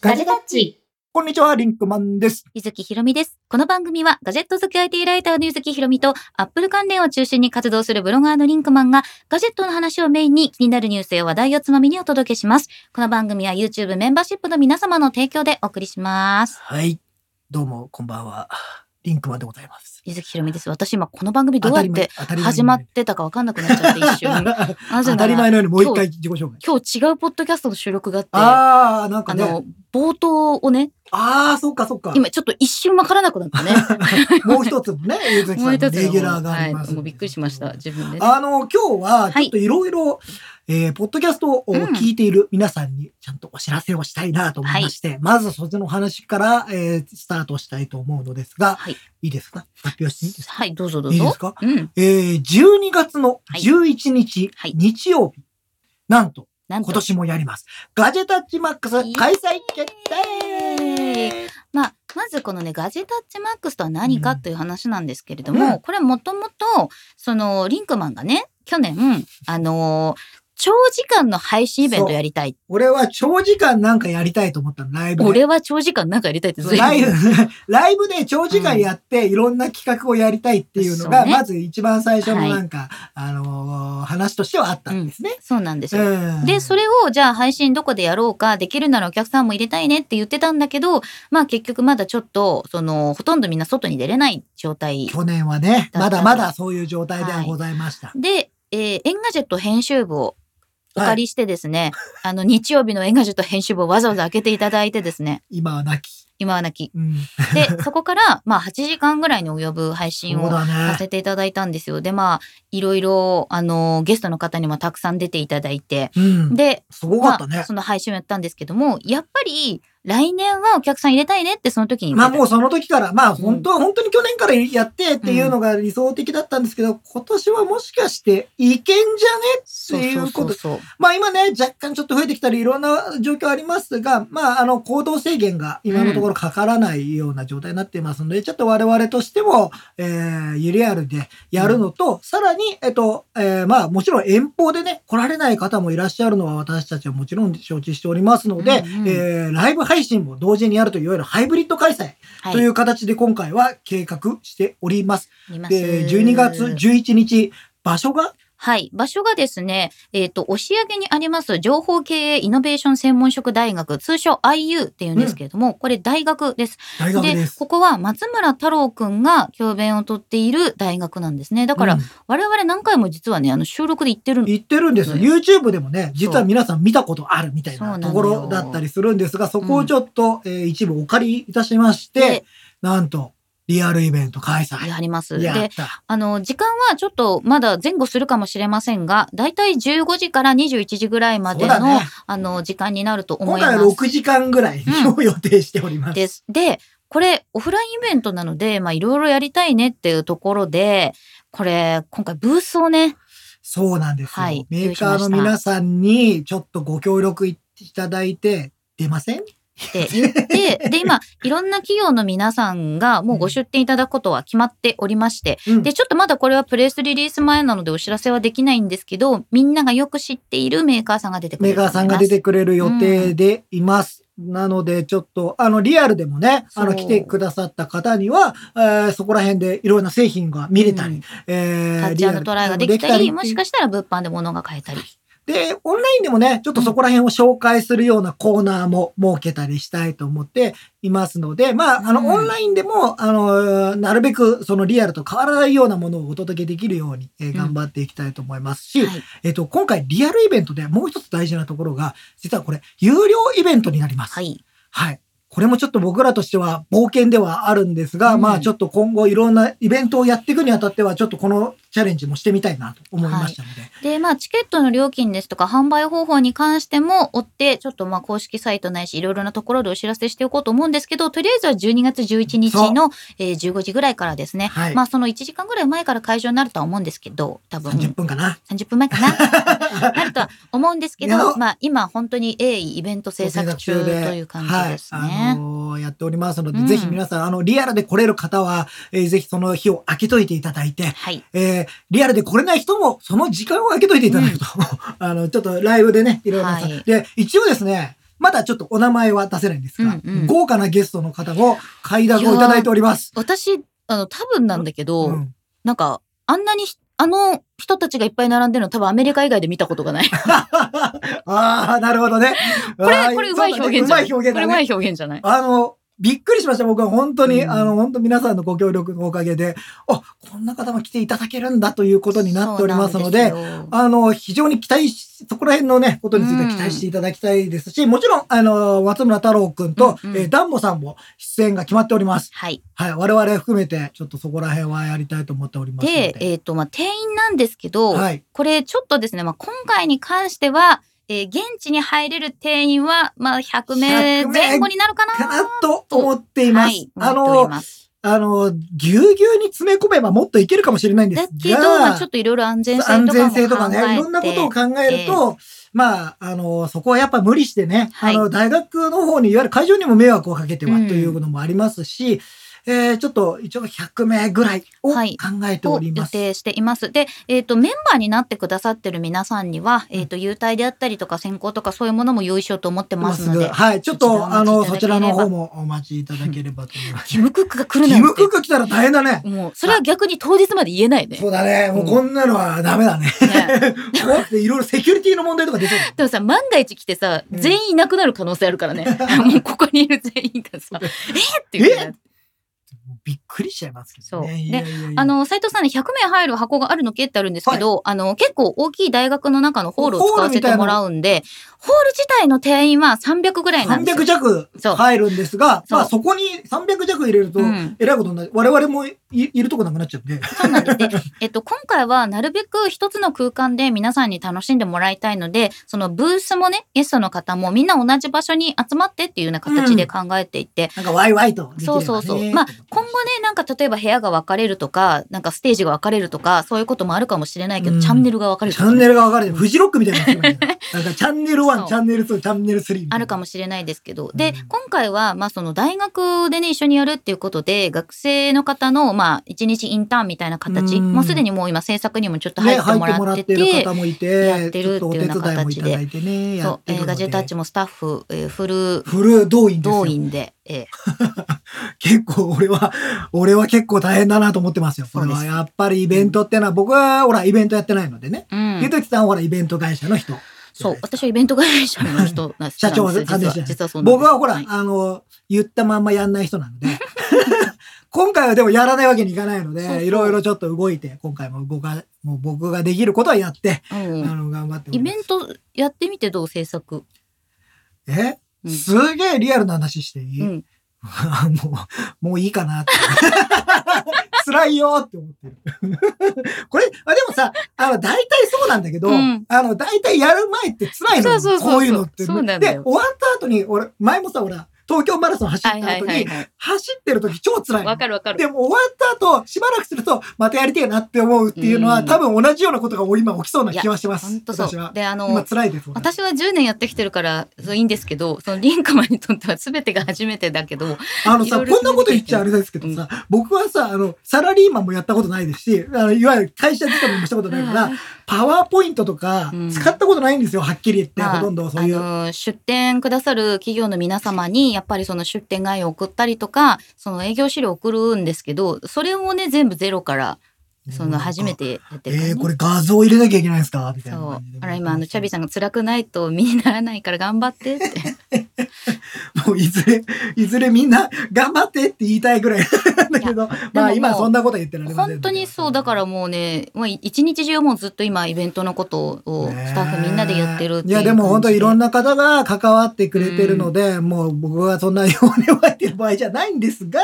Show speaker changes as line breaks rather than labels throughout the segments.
ガジェタッチ。
こんにちは、リンクマンです。
ゆずきひろみです。この番組はガジェット好き IT ライターのゆずきひろみとアップル関連を中心に活動するブロガーのリンクマンがガジェットの話をメインに気になるニュースや話題をつまみにお届けします。この番組は YouTube メンバーシップの皆様の提供でお送りします。
はい。どうも、こんばんは。リンクマンでございます。
ゆずきひろみです。私今この番組どうやって
当たり前
始まってたかわかんなくなっちゃっ て一瞬。なぜ
当た
な
り
ら
前のようにもう一回自己紹介。
今日違うポッドキャストの収録があって、あ
ああ、なんかね。
の、冒頭をね、
ああ、そっかそっか。
今ちょっと一瞬わからなく なったね。
もう一つの ね、ゆずき
も
さん
う
のレ
一つの
ギュラーがあります、
はい、もうびっくりしました。自分で、ね。
あの、今日は、
い
ちょっといろいろ、えーポッドキャストを
うん
聞いている皆さんに、ちゃんとお知らせをしたいなと思いまして、まずそっちのお話から、えースタートしたいと思うのですが、
はい
い、いですか発表していいですか
はい、どうぞどう
いいで
ぞ
す。か
うん。
えー、12月の11日、
はい
日曜日、なんと、
なんと
今年もやります。ガジェタッチマックス開催決
イエ
定
まあ、まずこのね、ガジェタッチマックスとは何かという話なんですけれども、
うんうん
これはもともと、その、リンクマンがね、去年、あのー長時間の配信イベントやりたい。
俺は長時間なんかやりたいと思ったの、ライブで。
俺は長時間なんかやりたいって
そうライブ
っ、
ライブで長時間やって、いろんな企画をやりたいっていうの
そ
が、
うね
まず一番最初のなんか、あのー話としてはあったんですね。
そうなんですよ。
うん
で、それを、じゃあ配信どこでやろうか、できるならお客さんも入れたいねって言ってたんだけど、まあ結局まだちょっと、その、ほとんどみんな外に出れない状態
去年はね、
だ
ま
った
だ
の
まだそういう状態ではございました。
で、えーエンガジェット編集部をお借りしてですね、 あの日曜日のエンガジェット編集部をわざわざ開けていただいてですね、
今はなき。
今はなき。
うん、
で、そこから、まあ、8時間ぐらいに及ぶ配信
そう
を
だ
さ
ね。
せていただいたんですよ。で、まあ、いろいろ、あの、ゲストの方にもたくさん出ていただいて、
うん。
で、
すごか
ま
った
あ、
ね。
その配信をやったんですけども、やっぱり、来年はお客さん入れたいねって、その時に言
ま
っ
あ
てた。
もうその時から、まあ本当は、本当に去年からやってっていうのが理想的だったんですけど、今年はもしかしていけんじゃね
そ
っていう
そう
う
そ
こ
う
と
そう。
まあ今ね、若干ちょっと増えてきたり、いろんな状況ありますが、まああの、行動制限が今のところかからないような状態になっていますので、ちょっと我々としても、えー、ゆリアルでやるのと、さらに、えっと、えーまあもちろん遠方でね、来られない方もいらっしゃるのは私たちはもちろん承知しておりますので、
うんうん
えーライブ配信も同時にやるという、いわゆるハイブリッド開催
はい。
という形で今回は計画しております。
見ます
で、12月11日、場所が
はい。場所がですね、えっ、と、押上にあります、情報経営イノベーション専門職大学、通称 IU っていうんですけれども、これ大学です。
大学です。
ここは松村太郎くんが教鞭をとっている大学なんですね。だから、
うん
我々何回も実はね、あの、収録で行ってるん
言ってるんですよ。
ね
YouTube でもね、実は皆さん見たことあるみたい
そうな
な
のよ
ところだったりするんですが、そこをちょっと、えー一部お借りいたしまして、なんと、リアルイベント開催。
やります。
や
で
っ、た。
あの、時間はちょっとまだ前後するかもしれませんが、だいたい15時から21時ぐらいま
そ
で
う
の、
だね。
あの、時間になると思
今
います。
回は6時間ぐらいを予定しております。
です。で、これオフラインイベントなので、まあいろいろやりたいねっていうところで、これ今回ブースをね、
そうなんですよ、
はい
メーカーの皆さんにちょっとご協力いただいて、出ません
って 言って、で、今、いろんな企業の皆さんがもうご出展いただくことは決まっておりまして、
うん
で、ちょっとまだこれはプレスリリース前なのでお知らせはできないんですけど、みんながよく知っているメーカーさんが出てく
メ
れ
ー
ると
カー
思います。
さんが出てくれる予定でいます。なので、ちょっと、あの、リアルでもね、あの、
そう
来てくださった方には、えーそこら辺でいろんな製品が見れたり、
うん
え
タ
ー
ッチトライができたり、もし
し
かしたら物販で物が買えたり。
で、オンラインでもね、ちょっとそこら辺を紹介するようなコーナーも設けたりしたいと思っていますので、まあ、あ
うん
の、オンラインでも、あの、なるべくそのリアルと変わらないようなものをお届けできるように、えー
ん
頑張っていきたいと思いますし、
はい
えっと、今回リアルイベントでもう一つ大事なところが、実はこれ、有料イベントになります。
は
はい。
い。
これもちょっと僕らとしては冒険ではあるんですが、
うん
まあちょっと今後いろんなイベントをやっていくにあたっては、ちょっとこのチャレンジもしてみたいなと思いましたので、
で、まあ、チケットの料金ですとか、販売方法に関しても追って、ちょっとまあ、公式サイトないし、いろいろなところでお知らせしておこうと思うんですけど、とりあえずは12月11日の、えー15時ぐらいからですね、
はい
まあ、その1時間ぐらい前から会場になるとは思うんですけど、多分。
30分かな。
30分前か ななるとは思うんですけ
いや
ど、まあ、今本当に鋭意イベント制作中という感じですね。
はい、あのーやっておりますので、
うん
ぜひ皆さん、あの、リアルで来れる方は、えーぜひその日を開けといていただいて、
はい。
えーリアルで来れない人も、 その時間を空けといていただくと。あの、ちょっとライブでね、いろいろなさ、
はい
で、一応ですね、まだちょっとお名前は出せないんですが、
うんうん
豪華なゲストの方を快諾をいただいております。
私、あの、多分なんだけど、
うん
なんか、あんなにひ、あの人たちがいっぱい並んでるの多分アメリカ以外で見たことがない。
ああ、なるほどね。
こ
あ
れ、
ー
これうまい表現じゃない。
そうだねうまい表現だね
これうまい表現じゃない。
あの、びっくりしました。僕は本当に、
うん
あの、本当皆さんのご協力のおかげで、あ、こんな方も来ていただけるんだということになっておりますので、
そうなんすよ
あの、非常に期待し、そこら辺のね、ことについては期待していただきたいですし、もちろん、あの、松村太郎くんと、
うんうん
えーダンボさんも出演が決まっております。
はい。
はい、我々含めて、ちょっとそこら辺はやりたいと思っておりますので。
で、えっ、と、まあ、定員なんですけど、
はい。
これちょっとですね、まあ、今回に関しては、えー現地に入れる定員は、まあ、100名
100名
前後になるかな
かなと思っています。
はい、
あ
思っており
の、
ます
あの、ぎゅうぎゅうに詰め込めばもっといけるかもしれないんです
だ
が。
けど、まあ、ちょっといろいろ安全性とか
安
も考えて。
全性とかね、いろんなことを考えると、まあ、あの、そこはやっぱ無理してね、
はい
あの、大学の方に、いわゆる会場にも迷惑をかけては、
うん
というのもありますし、えーちょっと一応100名ぐらいを考
はい
えてお
を
りま
予
す。
定しています。で、えっ、と、メンバーになってくださってる皆さんには、えっ、と、優待であったりとか選考とかそういうものも用意しようと思ってますの
もうす
で
ぐ、はい、ちょっと、あの、そ
そ
ち
ち
ら
ら
の
の
方
方
もお待ちいただければと思 います。
キムクックが来るな
キ
んて。
ムクック来たら大変だね。
もう、それは逆に当日まで言えないね。
そうだね。もうこんなのはダメだね。
ね
怖くていろいろセキュリティの問題とか出てる。
でもさ、万が一来てさ、
うん
全員いなくなる可能性ある からね。もうここにいる全員が さ、えーっていう、ね。
びっくりしちゃいますけどね。
そう
いやいやいや
あの、斉藤さんね、100名入る箱があるのけってあるんですけど、あの、結構大きい大学の中のホールを使わせてもらうんで、ホール自体の定員は300ぐらいなんです
300
よ。
弱
そう
入るんですが、
そう
まあそこに300弱入れると
う、ん、
えらいことになる。我々もいいるとこなくなっちゃうんで。
そうなんですね。 えっと、今回はなるべく一つの空間で皆さんに楽しんでもらいたいので、そのブースもね、ゲストの方もみんな同じ場所に集まってっていうような形で考えていて、
なんかワイワイとできれば
そ
ね。
うそうそう。まあ、今後ね、なんか例えば部屋が分かれるとか、なんかステージが分かれるとか、そういうこともあるかもしれないけど、
うん
チャンネルが分かれる
チ
と
ャ
か
ン
ね、
ネルが分かれてる。フジロックみたいになってるね。なんかチャンネル
そ
1、
う
チャンネル2、チャンネル3。
あるかもしれないですけど。で、
うん
今回は、まあ、その大学でね、一緒にやるっていうことで、学生の方の、まあ、一日インターンみたいな形、
うん
もうすでにもう今制作にもちょっと
ね、
入って
入
も
っても
ら
ら
っ
ってて
て、
る方もい
や
て、
って
ちょ
る
っ
って
とお
い
手
うよう
伝
ない
もいただいてね、や
そ
っ
う、
て
え
るので。
ーガジェタッチもスタッフ、えーフル
フル動員です
動
よ。
員で、えー
結構俺は、俺は結構大変だなと思ってますよ。これ
そうで
は
す
やっぱりイベントってのは、僕はほらイベントやってないのでね。
うん
ゆときさんはほらイベント会社の人。
そう、私はイベント会社の人なんです。
社長
実
さんで
は
すよね
実はそうなんです
僕はほら、
い
あの、言ったまんまやんない人なので、 今回はでもやらないわけにいかないので、
そうそう
いろいろちょっと動いて、今回も動か、もう僕ができることはやって、
うん
あの、頑張ってお
イ
りま
ベ
す。
ントやってみてどう制作。
え、
うん
すげえリアルな話していい、
うん。
もう、もういいかなって。 辛いよって思ってる。これ、あでもさ、あの、大体そうなんだけど、
うん
あの、大体やる前って辛いのよ。
そうそうそうそう
こういうのって。
そうなんだ
で、終
よ
わった後に、俺、前もさ、ほら、東京マラソン走った
は
後
い
に、
はいはいは
走ってる時超辛い
い。
の
わ。かるわかる。
でも終わった後、しばらくすると、またやりてえなって思うっていうのは、
うん
多分同じようなことが今起きそうな気はしてま
本
す。
当そ
私
う
は。。
で、あ
今
の、
辛いです。俺
私は10年やってきてるから、そういいんですけど、そのリンクマンにとっては 全てが初めてだけど、
あの
いろ
さ、
いろ
こんなこと言っちゃあれですけどさ、僕はさ、あの、サラリーマンもやったことないですし、あのいわゆる会社勤めもしたことないから、パワーポイントとか
うん
使ったことないんですよ、はっきり言って、
まあ
ほとんどそう
あ
いう。
の出店くださる企業の皆様にやっぱりその出店概要を送ったりとかその営業資料を送るんですけどそれをね全部ゼロからそ
な
の
んか
初めてやってるからね
えー、これ画像入れなきゃいけないんですかみたい
そ
な
う
感じで。
あら今あのチャビさんが辛くないと身にならないから頑張ってって。
もういずれ、いずれみんな頑張ってって言いたいぐらいなんだけど、まあ
でも
今
もう
はそんなことは言ってられません
本当にそうだからもうね、まあ、一日中もうずっと今イベントのことを
ねえ
スタッフみんなでやってるっていう感
い
じ
やでも本当いろん
な
な方が関わってくれてるので、もう僕はそんな弱音を吐いてる場合じゃないんですが、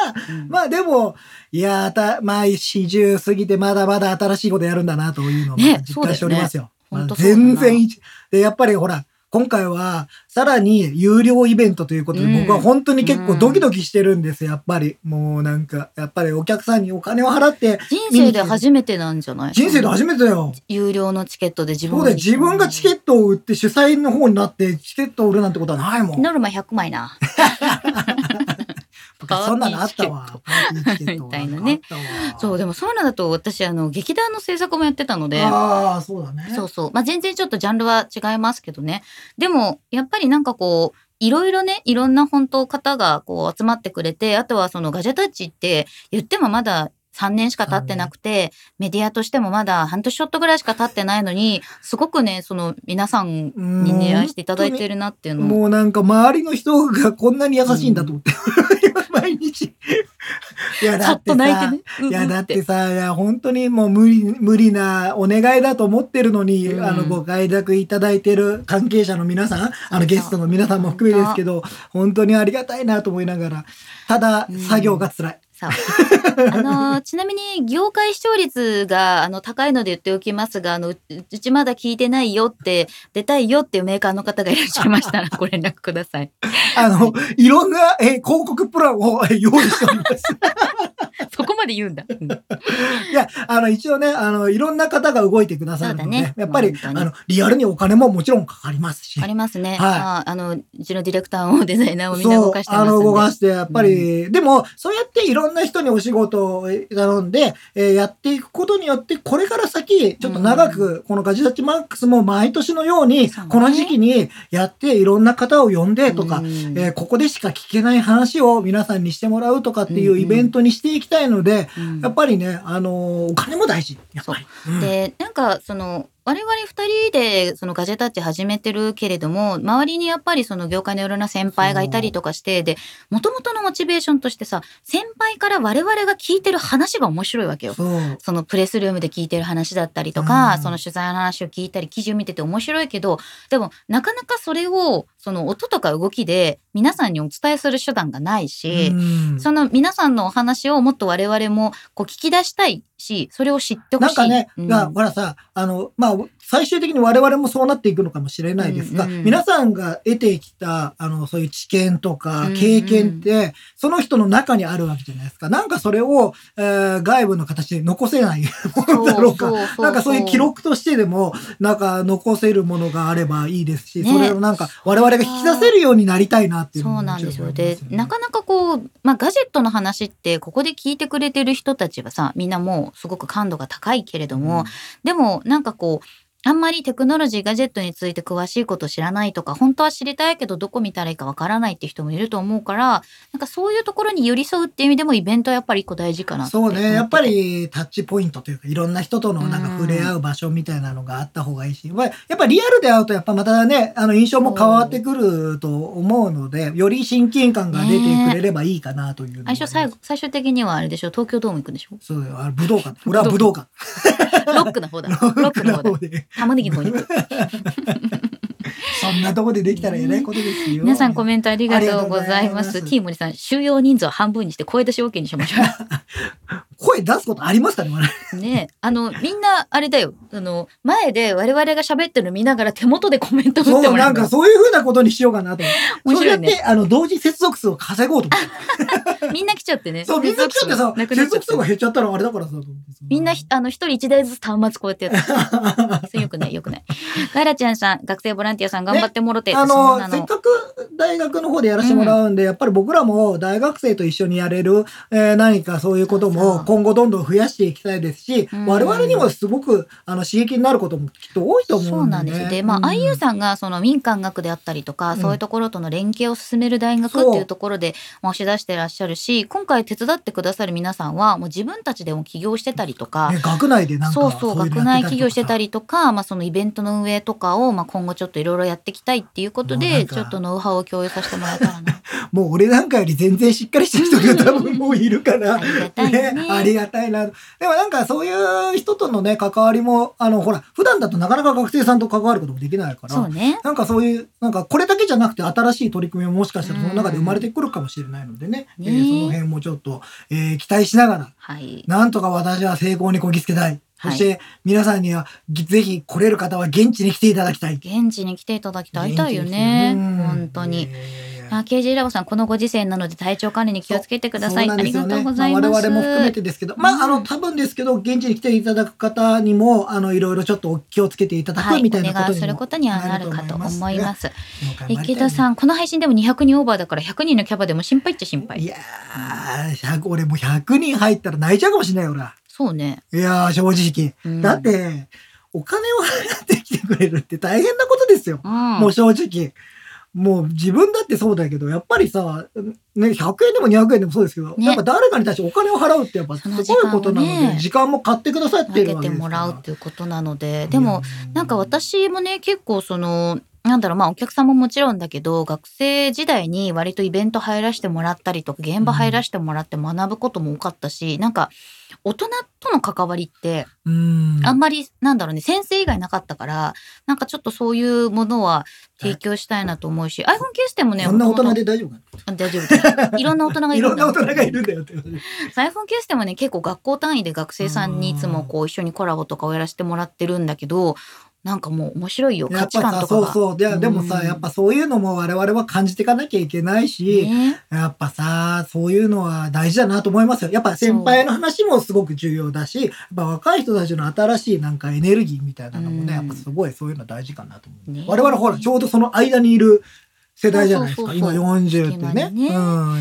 まあでも、いやーた、まあ、四十過ぎてまだまだ新しいことやるんだなというのを
ね
実感しておりますよ。
そうだよねほ
ま
んと
あ
そうだな
全然一で、やっぱりほら、今回はさらに有料イベントということで、
うん
僕は本当に結構ドキドキしてるんですよ、やっぱり。もうなんか、やっぱりお客さんにお金を払って、
人生で初めてなんじゃない
人生で初めてだよ。
有料のチケットで自分
そうだよ、自分がチケ
ッ
ットを売って主催の方になってチケットを売るなんてことはないもん。
ノルマ100枚な。
そんなのあったわ。パーティーチケット
みたいなね。
んかあったわ
そう、でもそういうのだと私、あの、劇団の制作もやってたので、
ああ、そうだね。
そうそう。まあ、全然ちょっとジャンルは違いますけどね。でも、やっぱりなんかこう、いろいろね、いろんな本当方がこう集まってくれて、あとはそのガジェタッチって言ってもまだ3年しか経ってなくて、メディアとしてもまだ半年ちょっとぐらいしか経ってないのに、すごくね、その皆さんにね愛していただいてるなっていうのを。
もうなんか周りの人がこんなに優しいんだと 思って。毎日。いや
さ
だ
っ
って
と
さ、
泣いてね。うん
いや
うん
だってさ、いや本当にもう無理、無理なお願いだと思ってるのに、
うん
あの、ご快諾いただいてる関係者の皆さん、あの、ゲストの皆さんも含めですけど、本当にありがたいなと思いながら、ただ
うん、
作業が辛い。
そうあのちなみに業界視聴率があの高いので言っておきますがあのううちまだ聞いてないよって出たいよっていうメーカーの方がいらっしゃいまし たらご連絡ください
あの、いろんな、え、広告プランをえ用意しております。
そこまで言 うんだ、うん
いや、あの、一応ね、あの、いろんな方が動いてくださるので、
そうだね
やっぱり、
本
あ
当に
の、リアルにお金ももちろんかかりますし
あ。りますね、
い
まあ、あのうちのディレクターもデザイナーもみんな
そ
動
う
かしてま
あ
す
の、動
ん
か
で
して、やっぱり、でも、そうやっていろんな人にお仕事を頼んで、えーやっていくことによって、これから先、ちょっと長く、このガジタッチマックスも毎年のように、
そうね
この時期にやって、いろんな方を呼んでとか、
うん
えーここでしか聞けない話を皆さんにしてもらうとかっていうイベントにしていきたいので、
うん
やっぱりね、あのーお金も大事。やっぱり。うん
でなんかその我々2人でそのガジェタッチ始めてるけれども周りにやっぱりその業界のいろんな先輩がいたりとかしてでもともとのモチベーションとしてさ先輩から我々が聞いてる話が面白いわけよ。
そう。
そのプレスルームで聞いてる話だったりとか、
うん
その取材の話を聞いたり記事を見てて面白いけどでもなかなかそれをその音とか動きで皆さんにお伝えする手段がないし、
うん
その皆さんのお話をもっと我々もこう聞き出したいしそれを知ってほ
なん
しい。
かね、
うん
がほらさ、あの、まあ、最終的に我々もそうなっていくのかもしれないですが、
うんうん
皆さんが得てきた、あの、そういう知見とか
うんうん
経験って、その人の中にあるわけじゃないですか。なんかそれを、えー外部の形で残せない ものだろうか。
そうそうそう
なんかそういう記録としてでも、なんか残せるものがあればいいですし、
ね
それをなんか我々が引き出せるようになりたいなっていうの
そ
もも
うなん
ちろ
です
思
よ。
いま
で、なかなかこう、まあ、ガジェットの話って、ここで聞いてくれてる人たちはさ、みんなもうすごく感度が高いけれども、でも、なんかこう、あんまりテクノロジー、ガジェットについて詳しいこと知らないとか、本当は知りたいけど、どこ見たらいいかわからないって人もいると思うから、なんかそういうところに寄り添うっていう意味でも、イベントはやっぱり一個大事かなって
そう ね、やっぱ
り。
りタッチポイントというか、いろんな人とのなんか
うん
触れ合う場所みたいなのがあった方がいいし、まあやっぱリアルで会うとやっぱまたね、あの印象も変わってくると思うので、より親近感が出てくれればいいかなというのもあ
最
りま
初、
す。
最後最終的にはあれでしょ、東京ドーム行くんでしょ
そうよ、あの武道館。俺は武道館。
ロックの方 だ。ロックの方だ。
で。
玉ねぎの方に行く。
そんなとこでできたらえらいことですよ。
皆さんコ
ン
メントありがとうございま
ありがとうござ
す。
います
T 森さん、収容人数を半分にして声出し OK にしましょ
声出すことありますかね、我 々
う。ねえあの、みんな、あれだよ。あの、前で我々が喋ってるの見ながら手元でコメント打って
そう、
もら
な
うんの
かそういうふうなことにしようかなと思う。そ
面
う
白
や
い
っ
ね
て、あの、同時接続数を稼ごうと思って。
みんな来ちゃってね。
そう、みんな来ちゃってさ
な、
接
くなっちゃ
続
っ
数が
て。
減っちゃったらあれだからさ、
みんなひ、あの、一人一台ずつ端末こうやってやって
あ
る。よくない、よくない。ガイラちゃんさん、学生ボランティアさん頑張ってもろて。そうな
の、せっかく大学の方でやらせてもらうんで、やっぱり僕らも大学生と一緒にやれる、えー何かそういうこと
そうそ
も
う
今後どんどん増やしていきたいですし、
うん
我々にもすごくあの刺激になることもきっと多いと思
そううん
で、ね。
なんですよ。で、まあ、IU さんがその民間学であったりとか、
うん
そういうところとの連携を進める大学っていうところでまあ押し出してらっしゃるし、今回手伝ってくださる皆さんは、もう自分たちでも起業してたりとか、
ね、学内でなんか
そうそう、
いの
学内企業してた
り
りとか、まあ、そのイベントの運営とかを、まあ、今後ちょっといろいろやっていきたいっていうこと
もうな
で、
んか
ちょっとノウハウを共有させてもらえたら な。
とかさもう俺なんかより全然しっかりした人が多分もういるから
ありがたいね
ありがたいな。でもなんかそういう人とのね、関わりも、あの、ほら、普段だとなかなか学生さんと関わることもできないから、
そうね。
なんかそういう、なんかこれだけじゃなくて新しい取り組みももしかしたらその中で生まれてくるかもしれないのでね、
うん
えーその辺もちょっと、えー期待しながら、
はい。
なんとか私は成功にこぎつけたい。
はい
そして皆さんにはぎぜひ来れる方は現地に来ていただきたい。
現地に来ていただきたいたいよね。
現地に来てうん
本当に。
えー
あ、KJ ラボさん、このご時世なので体調管理に気をつけてください。
そう
あ
なんで
り
すよ
が
ね
とうございます。
あ我々も含めてですけど、まあ、あの、多分ですけど、現地に来ていただく方にも、あの、いろいろちょっとお気をつけていただ
は
く
い、
み
お
たいなこと
願い
に
する
も
ことにはなるかと思います。
頑張りたい
池田さん、この配信でも200人オーバーだから100人のキャパでも心配っちゃ心
い
配。
やー、100俺もう100人入ったら泣いちゃうかもしれないよ、俺は。
そうね。
いやー、正直。
うん
だっ、て、お金を払ってきてくれるって大変なことですよ。
うん
もう正直。もう自分だってそうだけど、やっぱりさ、ね、100円でも200円でもそうですけど、
ね
やっぱ誰かに対してお金を払うってやっぱす
その時
ごい
間をね
ことなので、時間,、も買ってくださって
分
る
け
わけ
て
です
も
から
うっていうことなので、でも、、なんか
私
私もね、結構その、なんだろう、まあお客さんももちろんだけど、学生時代に割とイベント入らせてもらったりとか、現場入らせてもらって学ぶことも多かったし、なんか、大人との関わりって、
うん
あんまり、なんだろうね、先生以外なかったから、なんかちょっとそういうものは提供したいなと思うし、iPhone ケースでもね、
こんな大人
元々
で大丈夫か
あ大丈夫だ よいろんな大人が
な
い
い
る
ろ
ん
ん
だ
な大人がいるんだよって。
財布ケースでもね結構学校単位で学生さんにいつもこう一緒にコラボとかをやらせてもらってるんだけどなんかもう面白いよ
や
価
っ
値
ぱ
観
さ、
とか
そう
が。
そう。ででも
う
さ、
ん
やっぱそういうのも我々は感じていかなきゃいけないし、
ね
やっぱさ、そういうのは大事だなと思いますよ。やっぱ先輩の話もすごく重要だし、やっぱ若い人たちの新しいなんかエネルギーみたいなのもね、
うん
やっぱすごいそういうの大事かなと思う。
ね
我々ほら、ちょうどその間にいる世代じゃないです
そ
か。
うそうそうそう
今40って
隙間
ね。
にね
うん。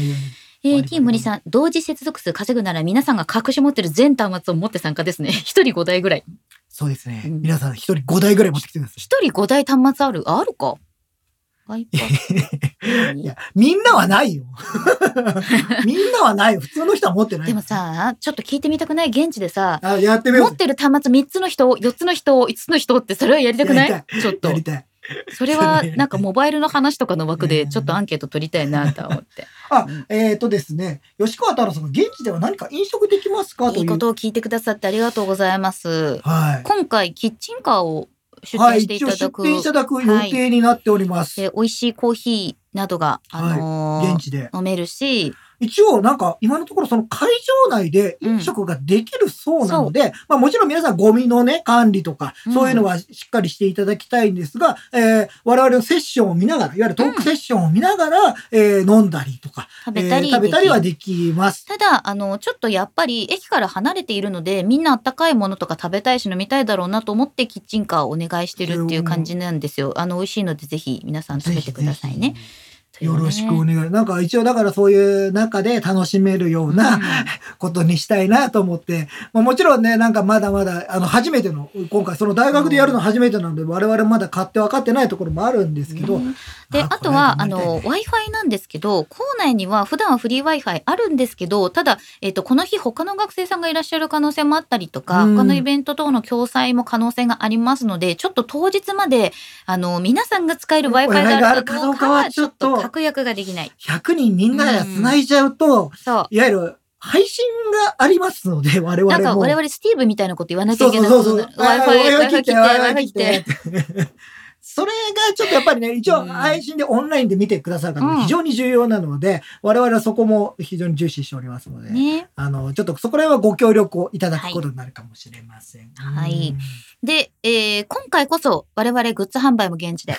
えー、T 森さん同時接続数稼ぐなら皆さんが隠し持ってる全端末を持って参加ですね一人5台ぐらい
そうですね。
うん
皆さん一人5台ぐらい持ってきてください。
一人5台端末あるああ るか iPad
いや、みんなはない よ。みんなはないよ。普通の人は持ってない。
でも、さちょっと聞いてみたくない現地でさ
あやってみよ
持っ
う。
てる端末3つの人4つの人5つの人ってそれはやりたくない
や
ちょっと
やりたい。
それはなんかモバイルの話とかの枠でちょっとアンケート取りたいなとは思って。
あ
うん、
えっ、とですね、吉川太郎さんが現地では何か飲食できますかと
い
い。
いうことを聞いてくださってありがとうございます。
はい。
今回キッチンカーを出
は
店
い、
してい
一
た
応出
だく、
店いただく予定になっております。
で美味しいコーヒーなどが、あのー
現地で。
飲めるし、
一応、なんか、今のところ、その会場内で飲食ができるそうなので、まあもちろん皆さんゴミのね、管理とか
う、ん
そういうのはしっかりしていただきたいんですが、えー我々のセッションを見ながら、いわゆるトークセッションを見ながら、えー飲んだりとか、
食べたり
え
で
ー食
きる
べたりはできます。
ただ、あの、ちょっとやっぱり駅から離れているので、みんなあったかいものとか食べたいし飲みたいだろうなと思ってキッチンカーをお願いしてるっていう感じなんですよ。あの、美味しいのでぜひ皆さん食べてくださいね
ぜ。ひ。よろしくお
願い
願い。なんか一応だからそういう中で楽しめるような、ことにしたいなと思って、まあ、もちろんね、なんかまだまだ、あの、初めての、今回その大学でやるの初めてなので、我々まだ買って分かってないところもあるんですけど、
ねで、あ
あ
とは、
こ
あ
れは
の、Wi-Fi なんですけど、校内には普段はフリー Wi-Fi あるんですけど、ただ、えっ、と、この日他の学生さんがいらっしゃる可能性もあったりとか、
うん
他のイベント等の共催も可能性がありますので、ちょっと当日まで、あの、皆さんが使える Wi-Fi
が
があ
あ
る
る
か
か
ど
ど
う
う
か
か
は、
は
ち
ち
ょ
ょ
っ
っ
と
と
確約ができない。
100人みんなが繋いじゃうと、
そう。
いわゆる配信がありますので、我々も。
なんか我々スティーブみたいなこと言わなきゃ
そ
いうけ
そう
ない。
そうそう。
Wi-Fi、Wi-Fi 来て、Wi-Fi 来て。
て。 それがちょっとやっぱりね、一
う
応
ん
配信でオンラインで見てくださる方
うん
も非常に重要なので、我々はそこも非常に重視しておりますので。
ね。
あの、ちょっとそこら辺はご協力をいただくことになるかもしれません。
はいで、えー今回こそ我々グッズ販売も現 地で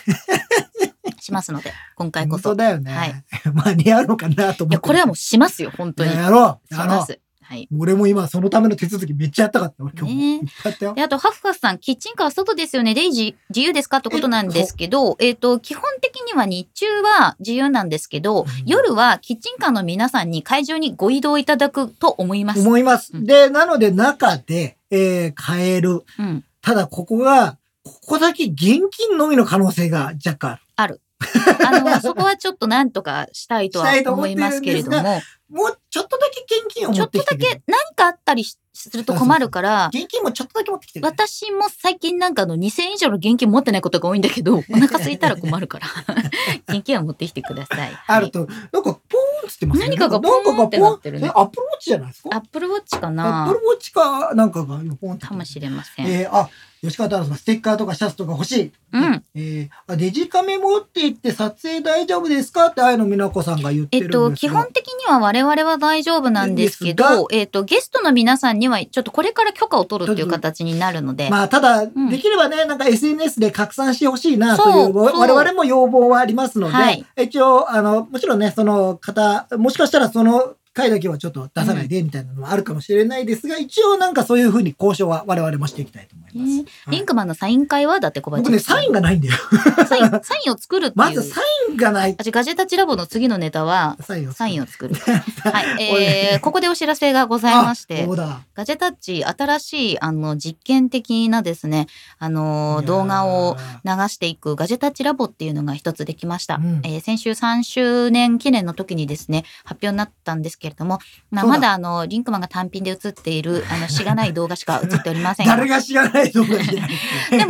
しますので、今
うん
回こ
本
そ。
当
い
だよね。
はい
間に合うのかなと思って。
や、これはもうしますよ、本当
い
に。
や
し
やろう。やろ
ま
う。
す。はい。
俺も今そのための手続きめっちゃやったかった。俺今日も
ねえ
いっぱいやったよ。
で、あと、ハフカスさん、キッチンカーは外ですよね。レイジ自由ですかってことなんですけど、えっ、と、基本的には日中は自由なんですけど、
ん
夜はキッチンカーの皆さんに会場にご移動いただくと思います。
思います。
うん
で、なので中で、えー、買える。
うん。
ただここが、ここだけ現金のみの可能性が若干ある。
あの、そこはちょっとなんとかしたいとは
したいと思って
思い
るんですが
ますけれども、
もうちょっとだけ現金を
ち
持
ょっ
って
と
きて
だ
くれ
け何かあったりしすると困るから、
現金もちょっとだけ持ってきてくれ
私も最近なんかあの2000円以上の現金持ってないことが多いんだけ ど、お腹空いたら困るから、 現金は持ってきてください。
あると、なんかポーンつってますね。
何かがポーン
なんかが
ってなってるね
それアップルウォッチじゃないですか
アップルウォッチか
アップ
な
ルウォッチかなんかがポンって。
かもしれません。
えーあ、吉川太郎さん、ステッカーとかシャツとか欲しい。
うん。
えーあデジカメ持って行って撮影大丈夫ですかって、あやの美奈子さんが言って
え
るん
っ
ですが
と、基本的には我々は大丈夫なんですけ
ですが
ど、えっと、ゲストの皆さんには、ちょっとこれから許可を取るっていう形になるので、
まあ、ただ、
ん
できればね、なんか SNS で拡散してほしいなと
そ
いうう、わ
そう
我々も要望はありますので、
はい
一応、あの、もちろんね、その方、もしかしたらその回だけはちょっと出さないでみたいなのもあるかもしれないですが、一応なんかそういうふうに交渉は我々もしていきたいと思います。はい
リンクマンのサイン会はだって小林
僕ね、サインがないんだよ。
サインサインを作るっていう。
まずサインがない。
あじゃあガジェタッチラボの次のネタは、
サインを。
サイン
を。
を 作る。はい。えー、ここでお知らせがございまして
そ、うだ。
ガジェタッチ新しい、あの、実験的なですね、あの、動画を流していくガジェタッチラボっていうのが一つできました。
うん
えー先週3周年記念の時にですね、発表になったんですけれども、まあ、
そうだ
まだあの、リンクマンが単品で映っている、あの、しがない動画しか映っておりません が。
誰が知らない動画じゃない。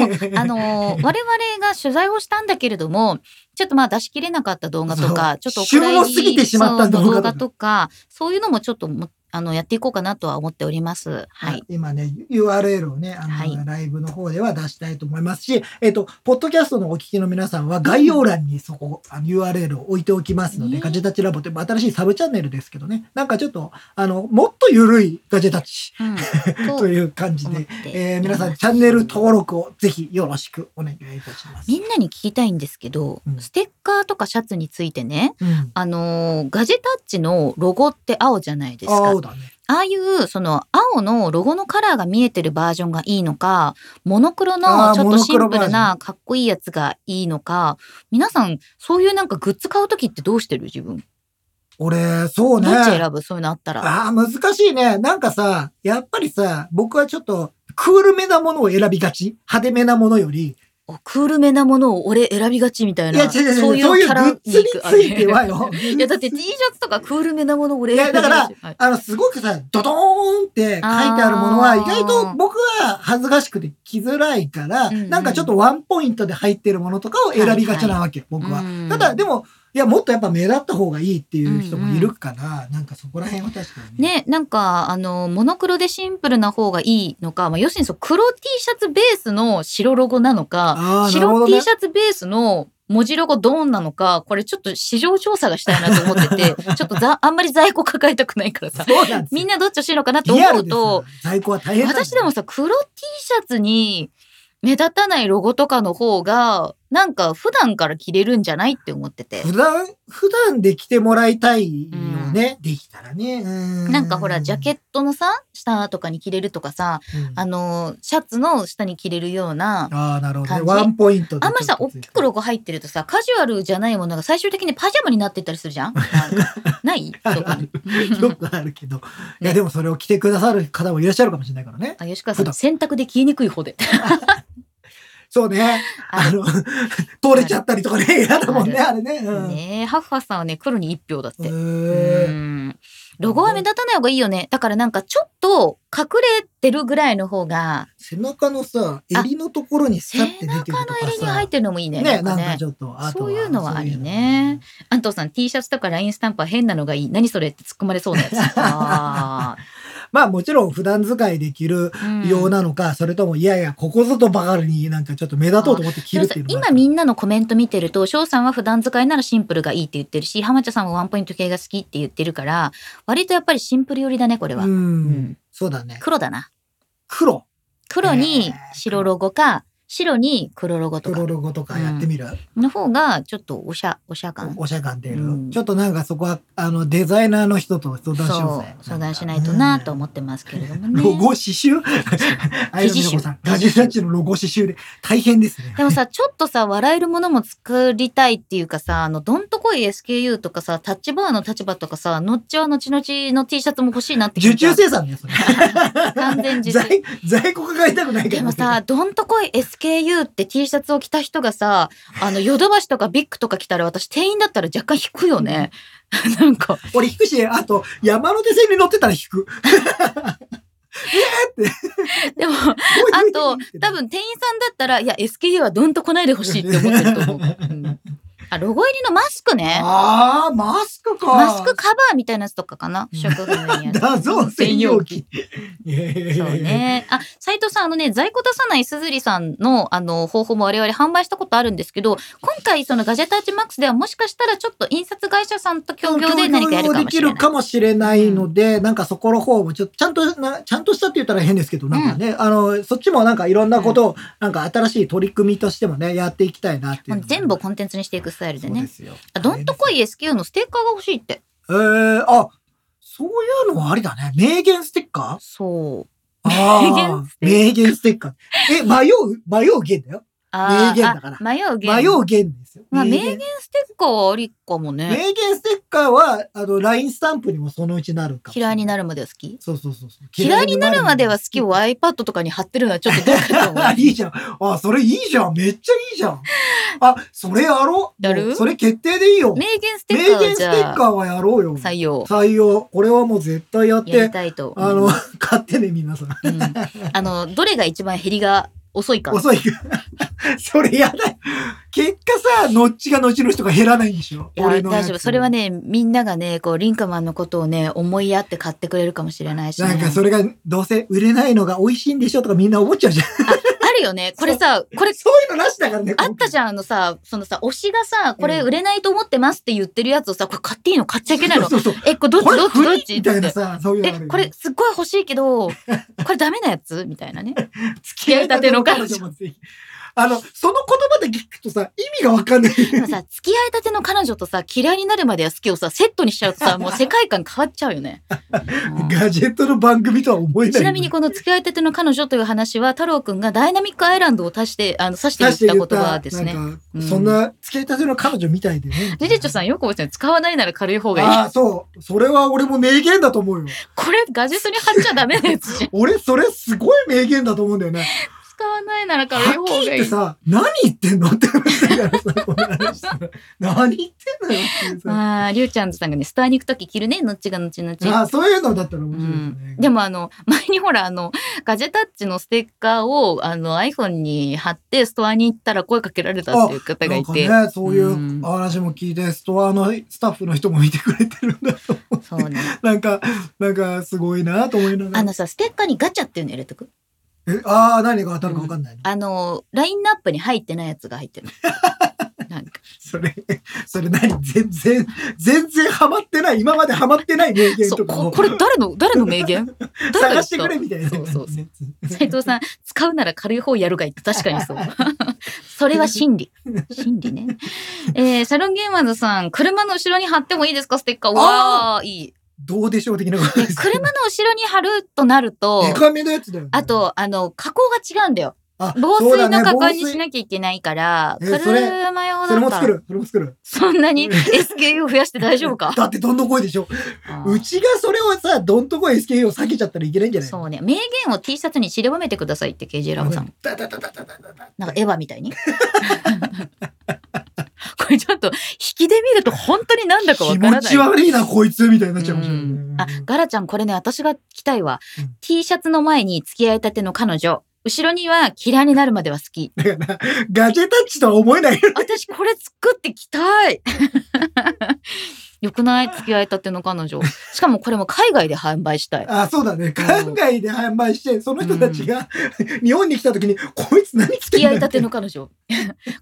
でも、あの ー我々が取材をしたんだけれども、ちょっとまあ出し切れなかった動画とか、ち
そ
ょ
う
っとお蔵入
旬を過ぎてしまった動画とか
そうのとか、そういうのもちょっともあのやっていこうかなとは思っております。はい。
今ね、URL をね、あの、
はい
ライブの方では出したいと思いますし、えっ、と、ポッドキャストのお聞きの皆さんは概要欄にそこ、あの URL を置いておきますので、
ね
ガジェタッチラボってまあ新しいサブチャンネルですけどね、なんかちょっと、あの、もっとゆるいガジェタッチ
うん、
と
と
いう感じ
思っ
で、
て、
えー皆さんチャンネル登録をぜひよろしくお願いいたします。
みんなに聞きたいんですけど、
うん
ステッカーとかシャツについてね、
うん。
あのーガジェタッチのロゴって青じゃないですか
青。だね。
ああいう、その、青のロゴのカラーが見えてるバージョンがいいのか、モノクロ
あ
の
ー
ちょっとシン
モノクロ
プ
バー
ル
ジョ
なかっこいいやつがいいのか、皆さん、そういうなんかグッズ買うときってどうしてる自分。
俺、そう
どっ
ね。
ち選ぶそういうのあったら。
ああ、難しいね。なんかさ、やっぱりさ、僕はちょっと、クールめなものを選びがち派手めなものより、
おクールめなものを俺選びがちみたい
い
な。
や、違う違う違う、
そ
そうう
い
いうう
キ
グ
ャラ
ッズについてはよ。
いや、だって T シャツとかクールめなもの俺選びがち。
いやだ
ら、
あの、すごくさ、ドドーンって書いてあるものは、
あー
意外と僕は恥ずかしくて着づらいから、
うんうん
なんかちょっとワンポイントで入ってるものとかを選びがちなわけ、僕は。
うん
ただ、でも、いや、もっとやっぱ目立った方がいいっていう人もいるから、なんかそこら辺は確かに。
ね、なんか、あの、モノクロでシンプルな方がいいのか、まあ、要するにそう、黒 T シャツベースの白ロゴなのか
あ、ーなるほ
白
ど
T
ね
シャツベースの文字ロゴドーンなのか、これちょっと市場調査がしたいなと思って て、ちょっとざあんまり在庫抱えたくないからさ、
そうなんですよ
みんなどっちをしろかなと
リア
思
ル
う
です
と
よ、在庫は大変なんだよ
私でもさ、黒 T シャツに目立たないロゴとかの方が、なんか普段から着れるんじゃないって思ってて。
普段、普段で着てもらいたいよね。できたらね。う
なんかほら、ジャケ
ッ
ットのさ、下とかに着れるとかさ、あの、シャツの下に着れるような、
ああ、なるほどね。
感じ
ワンポイントで
あんまりさ、
ちょ
大
っと
きくロゴ入ってるとさ、カジュアルじゃないものが最終的にパジャマになってったりす るじゃんない
あ
そ
る
こ
あ
に
る。よくあるけど。 い
ね
や、でもそれを着てくださる方もいらっしゃるかもしれないからね。
あ、吉川
普
さん、
段
洗濯で消えにくい方で。
そうね。あの、 通れちゃったりとかね、嫌だもんね、あれね。うん
ねえ、ハッファさんはね、黒に一票だっ
う
て。う
ーん
んロゴは目立たない方がいいよね。だからなんかちょっと隠れてるぐらいの方が、
背中のさ、襟のところにさ
背
って出てると
中
か
の襟に入っ
さ。
てるのもいいね。
ね、なん
な
ん
か
か
ね
ち。ょっと、あと
そういうのはありね。安藤さん、T シャツとか LINE スタンプは変なのがいい。何それって突っ込まれそう なやつ。あ
まあもちろん普段使いできる
ーうん
ようなのか、それともいやいやここぞとばかりになんかちょっと目立とうと思って着るっていう
で
の
も
も
さ今みんなのコメント見てると翔さんは普段使いならシンプルがいいって言ってるし浜茶さんもワンポイント系が好きって言ってるから割とやっぱりシンプル寄りだねこれは、
う
うんん
そうだね
黒だな
黒
黒に
えー
白ロゴか白に黒ロゴとか
黒ロゴとかやってみる、
の方がちょっとおしゃおしゃ感
おしゃ感出る、
うん
ちょっとなんかそこはあのデザイナーの人と相談しよ
そう
ぜ
う相談しないとなと思
っ
ってますけれども
ロゴ
ね
刺繍あやみのこさんガジュタッチのロゴ刺繍で大変ですね
でもさちょっとさ笑えるものも作りたいっていうかさあのどんとこい SKU とかさタッチバーの立場とかさのっちは後々の T シャツも欲しいなって気
受
持ち
注
は
生産ねそれ
完全受注
在在庫抱えたくないから
で もさ、どんとこい SKU って T シャツを着た人がさ、あの、ヨドバシとかビッグとか着たら私店員だったら若干引くよね。 なんか、
俺引くしあと山手線に乗ってたら引く
でも、あと、 多分店員さんだったら、いや、SKU はどんとこないでほしいって思ってると思 う。うんあ、ロゴ入りのマスクね。
ああマスクか
マスクカバーみたいなやつとかかな。
うん
食品 や
だぞ専用機。
そ。
そう
ね。あ、斉藤さん、あのね、在庫出さないすずりさんの、あの、方法も我々販売したことあるんですけど、今回、そのガジェタッチマックスではもしかしたらちょっと印刷会社さんと協業で何かやるかもしれ
できる
ない。
かもしれないので、なんかそこの方もちょっと、ちゃんとな、ちゃんとしたって言ったら変ですけど、なんかね、あの、そっちもなんかいろんなことを、なんか新しい取り組みとしてもね、やっていきたいなってい
も
うの
う
が。
全部コンテンツにしていくスタイルで
そうで
ね。
すよ。
あどんとこ
い。
い SQ のステッカーが欲しいって。
えー、あ、そういうのはありだね。名言ステッカー
そう。
あ
言
あ名言ステッカー。え、迷う、迷う言だよ。
あー
名言だから
あ迷う言。
迷う言ですよ。
まあ、名言ステッカーはありかもね。
名言ステッカーは、あの、LINE スタンプにもそのうちなるかも
嫌いにな
る。
るまでは好き
そうそうそうそう。
嫌いになるまでは好きを iPad とかに貼ってるのはちょっとどうかと思う。
あいいじゃん。あ、それいいじゃん。めっちゃいいじゃん。あ、それやろう。
やる
もうそれ決定でいいよ。
名言ステ
名
ッカー
言
を
ス
じ
テ
ゃ
ッ
あ
カーはやろうよ。
採用
採用。これはもう絶対やっ
やり
て、
たいと。
あの、買ってね、皆さん。
うん、あの、どれが一番減りが遅いか。
遅い。 それやだよ。結果さ、のっちがのちの人が減らないんでしょ。
いや
俺のや
大
つ
丈夫。それは。ね、みんながね、こう、リンクマンのことをね、思いやって買ってくれるかもしれないし、ね。
なんかそれが、どうせ売れないのが美味しいんでしょとかみんな思っちゃうじゃん。
あるよね。これさ、これ、
そういうのなしだからね。
あったじ
ゃん。
ゃん、あのさ、そのさ、推しがさ、これ売れないと思ってますって言ってるやつをさ、これ買っていいの買っちゃいけないの
そうそうそう。
え、これどっち
これ
どっちどっ
古い
ち
み
って
たいなさ、そういうのあるよ
え、
ね
これ、すっごい欲しいけど、これダメなやつみたいなね。
付
き合いたての彼女
もぜひ。あの、その言葉で聞くとさ、意味がわかんない。
でもさ、付き合いたての彼女とさ、嫌いになるまでは好きをさ、セットにしちゃう とさ、もう世界観変わっちゃうよね。うん
ガジェットの番組とは思えない。
ちなみにこの付き合いたての彼女という話は、太郎くんがダイナミックアイランドを足して、あの、指して言
出
っ
して
た
言
言
った
葉ですね。
なんか
うん
そんな、付き合いたての彼女みたいでね。
ジジェチョさんよくおっしゃる使わないなら軽い方がいい
あ。あ、そう。それは俺も名言だと思うよ。
これガジェットに貼っちゃダメなやつじゃん。
俺、 それすごい名言だと思うんだよね。
使わないなら軽い
は
方
っきり言
が
っ
い
て
い。
さ、何言ってんのって話だからさ、この話したら何言ってんのよっていうさ。
ああ、りゅうちゃんさんがね、スターに行くとき着るね、のっちがのちのち。
ああ、そういうのだったら面白いよね。
でもあの、前にほら、あの、ガジェタッチのステッカーを、あの、iPhone に貼って、ストアに行ったら声かけられたっていう方がいて。
なんかね、そういう
うん
お話も聞いて、ストアのスタッフの人も見てくれてるんだと思
そう
って。
ね。
なんか、なんかすごいなと思いなが
あ
ら
の。さ、ステッカーにガチャっていうの入れとく
えああ、何が当たるかわかんないね、
あの、ラインナップに入ってないやつが入ってる の。なんか、
それ、それ何全然、全然ハマってない、今までハマってない名言
そ
と
う、
か
こ
を
これ誰の、誰の名言誰
探
が
してくれみたいな。
そうそうそう 斉藤さん、使うなら軽い方やるがいいって確かにそう。 それは真理。真理ね。えー、サロンゲーマーズさん、車の後ろに貼ってもいいですかステッカー。わー、いい。
どうでしょう的なこと
で
です。
車の後ろに貼るとなると、
でかめのやつだよ、ね。
あ、と、あの、加工が違うんだよ。
あ
防
そうだ
水の
ね
加工
防
にし
水
なきゃいけないから、
え
車
それ
用
それ
だ
も
った
作
ら、
る、それも作る。
そんなに SKU を増やして大丈 夫か
だってどんどん来いでしょ。うちがそれをさ、どんとこ SKU を避けちゃったらいけないんじゃない
そうね。名言を T シャツに散りばめてくださいって KJ ラボさん。
ダダダダダダダダ
なんかエヴァみたいに。こ れちょっと、引きで見ると本当になんだかわ
気
からな
持
い。
ち悪いな、こいつみたいになっちゃうかもしれ
うん
な
あ
いね、
ガラちゃん、これね、私が着たいわ
うん
T シャツの前に付き合いたての彼女。後ろには嫌いになるまでは好き。
ガジェタッチとは思えないよ。
私これ作ってきたいよくない付き合いたての彼女。しかもこれも海外で販売したい。
あ、そうだね。海外で販売して、その人たちが日本に来た時に、こいつ何着て
付
ん
き
だ
合いたての彼女。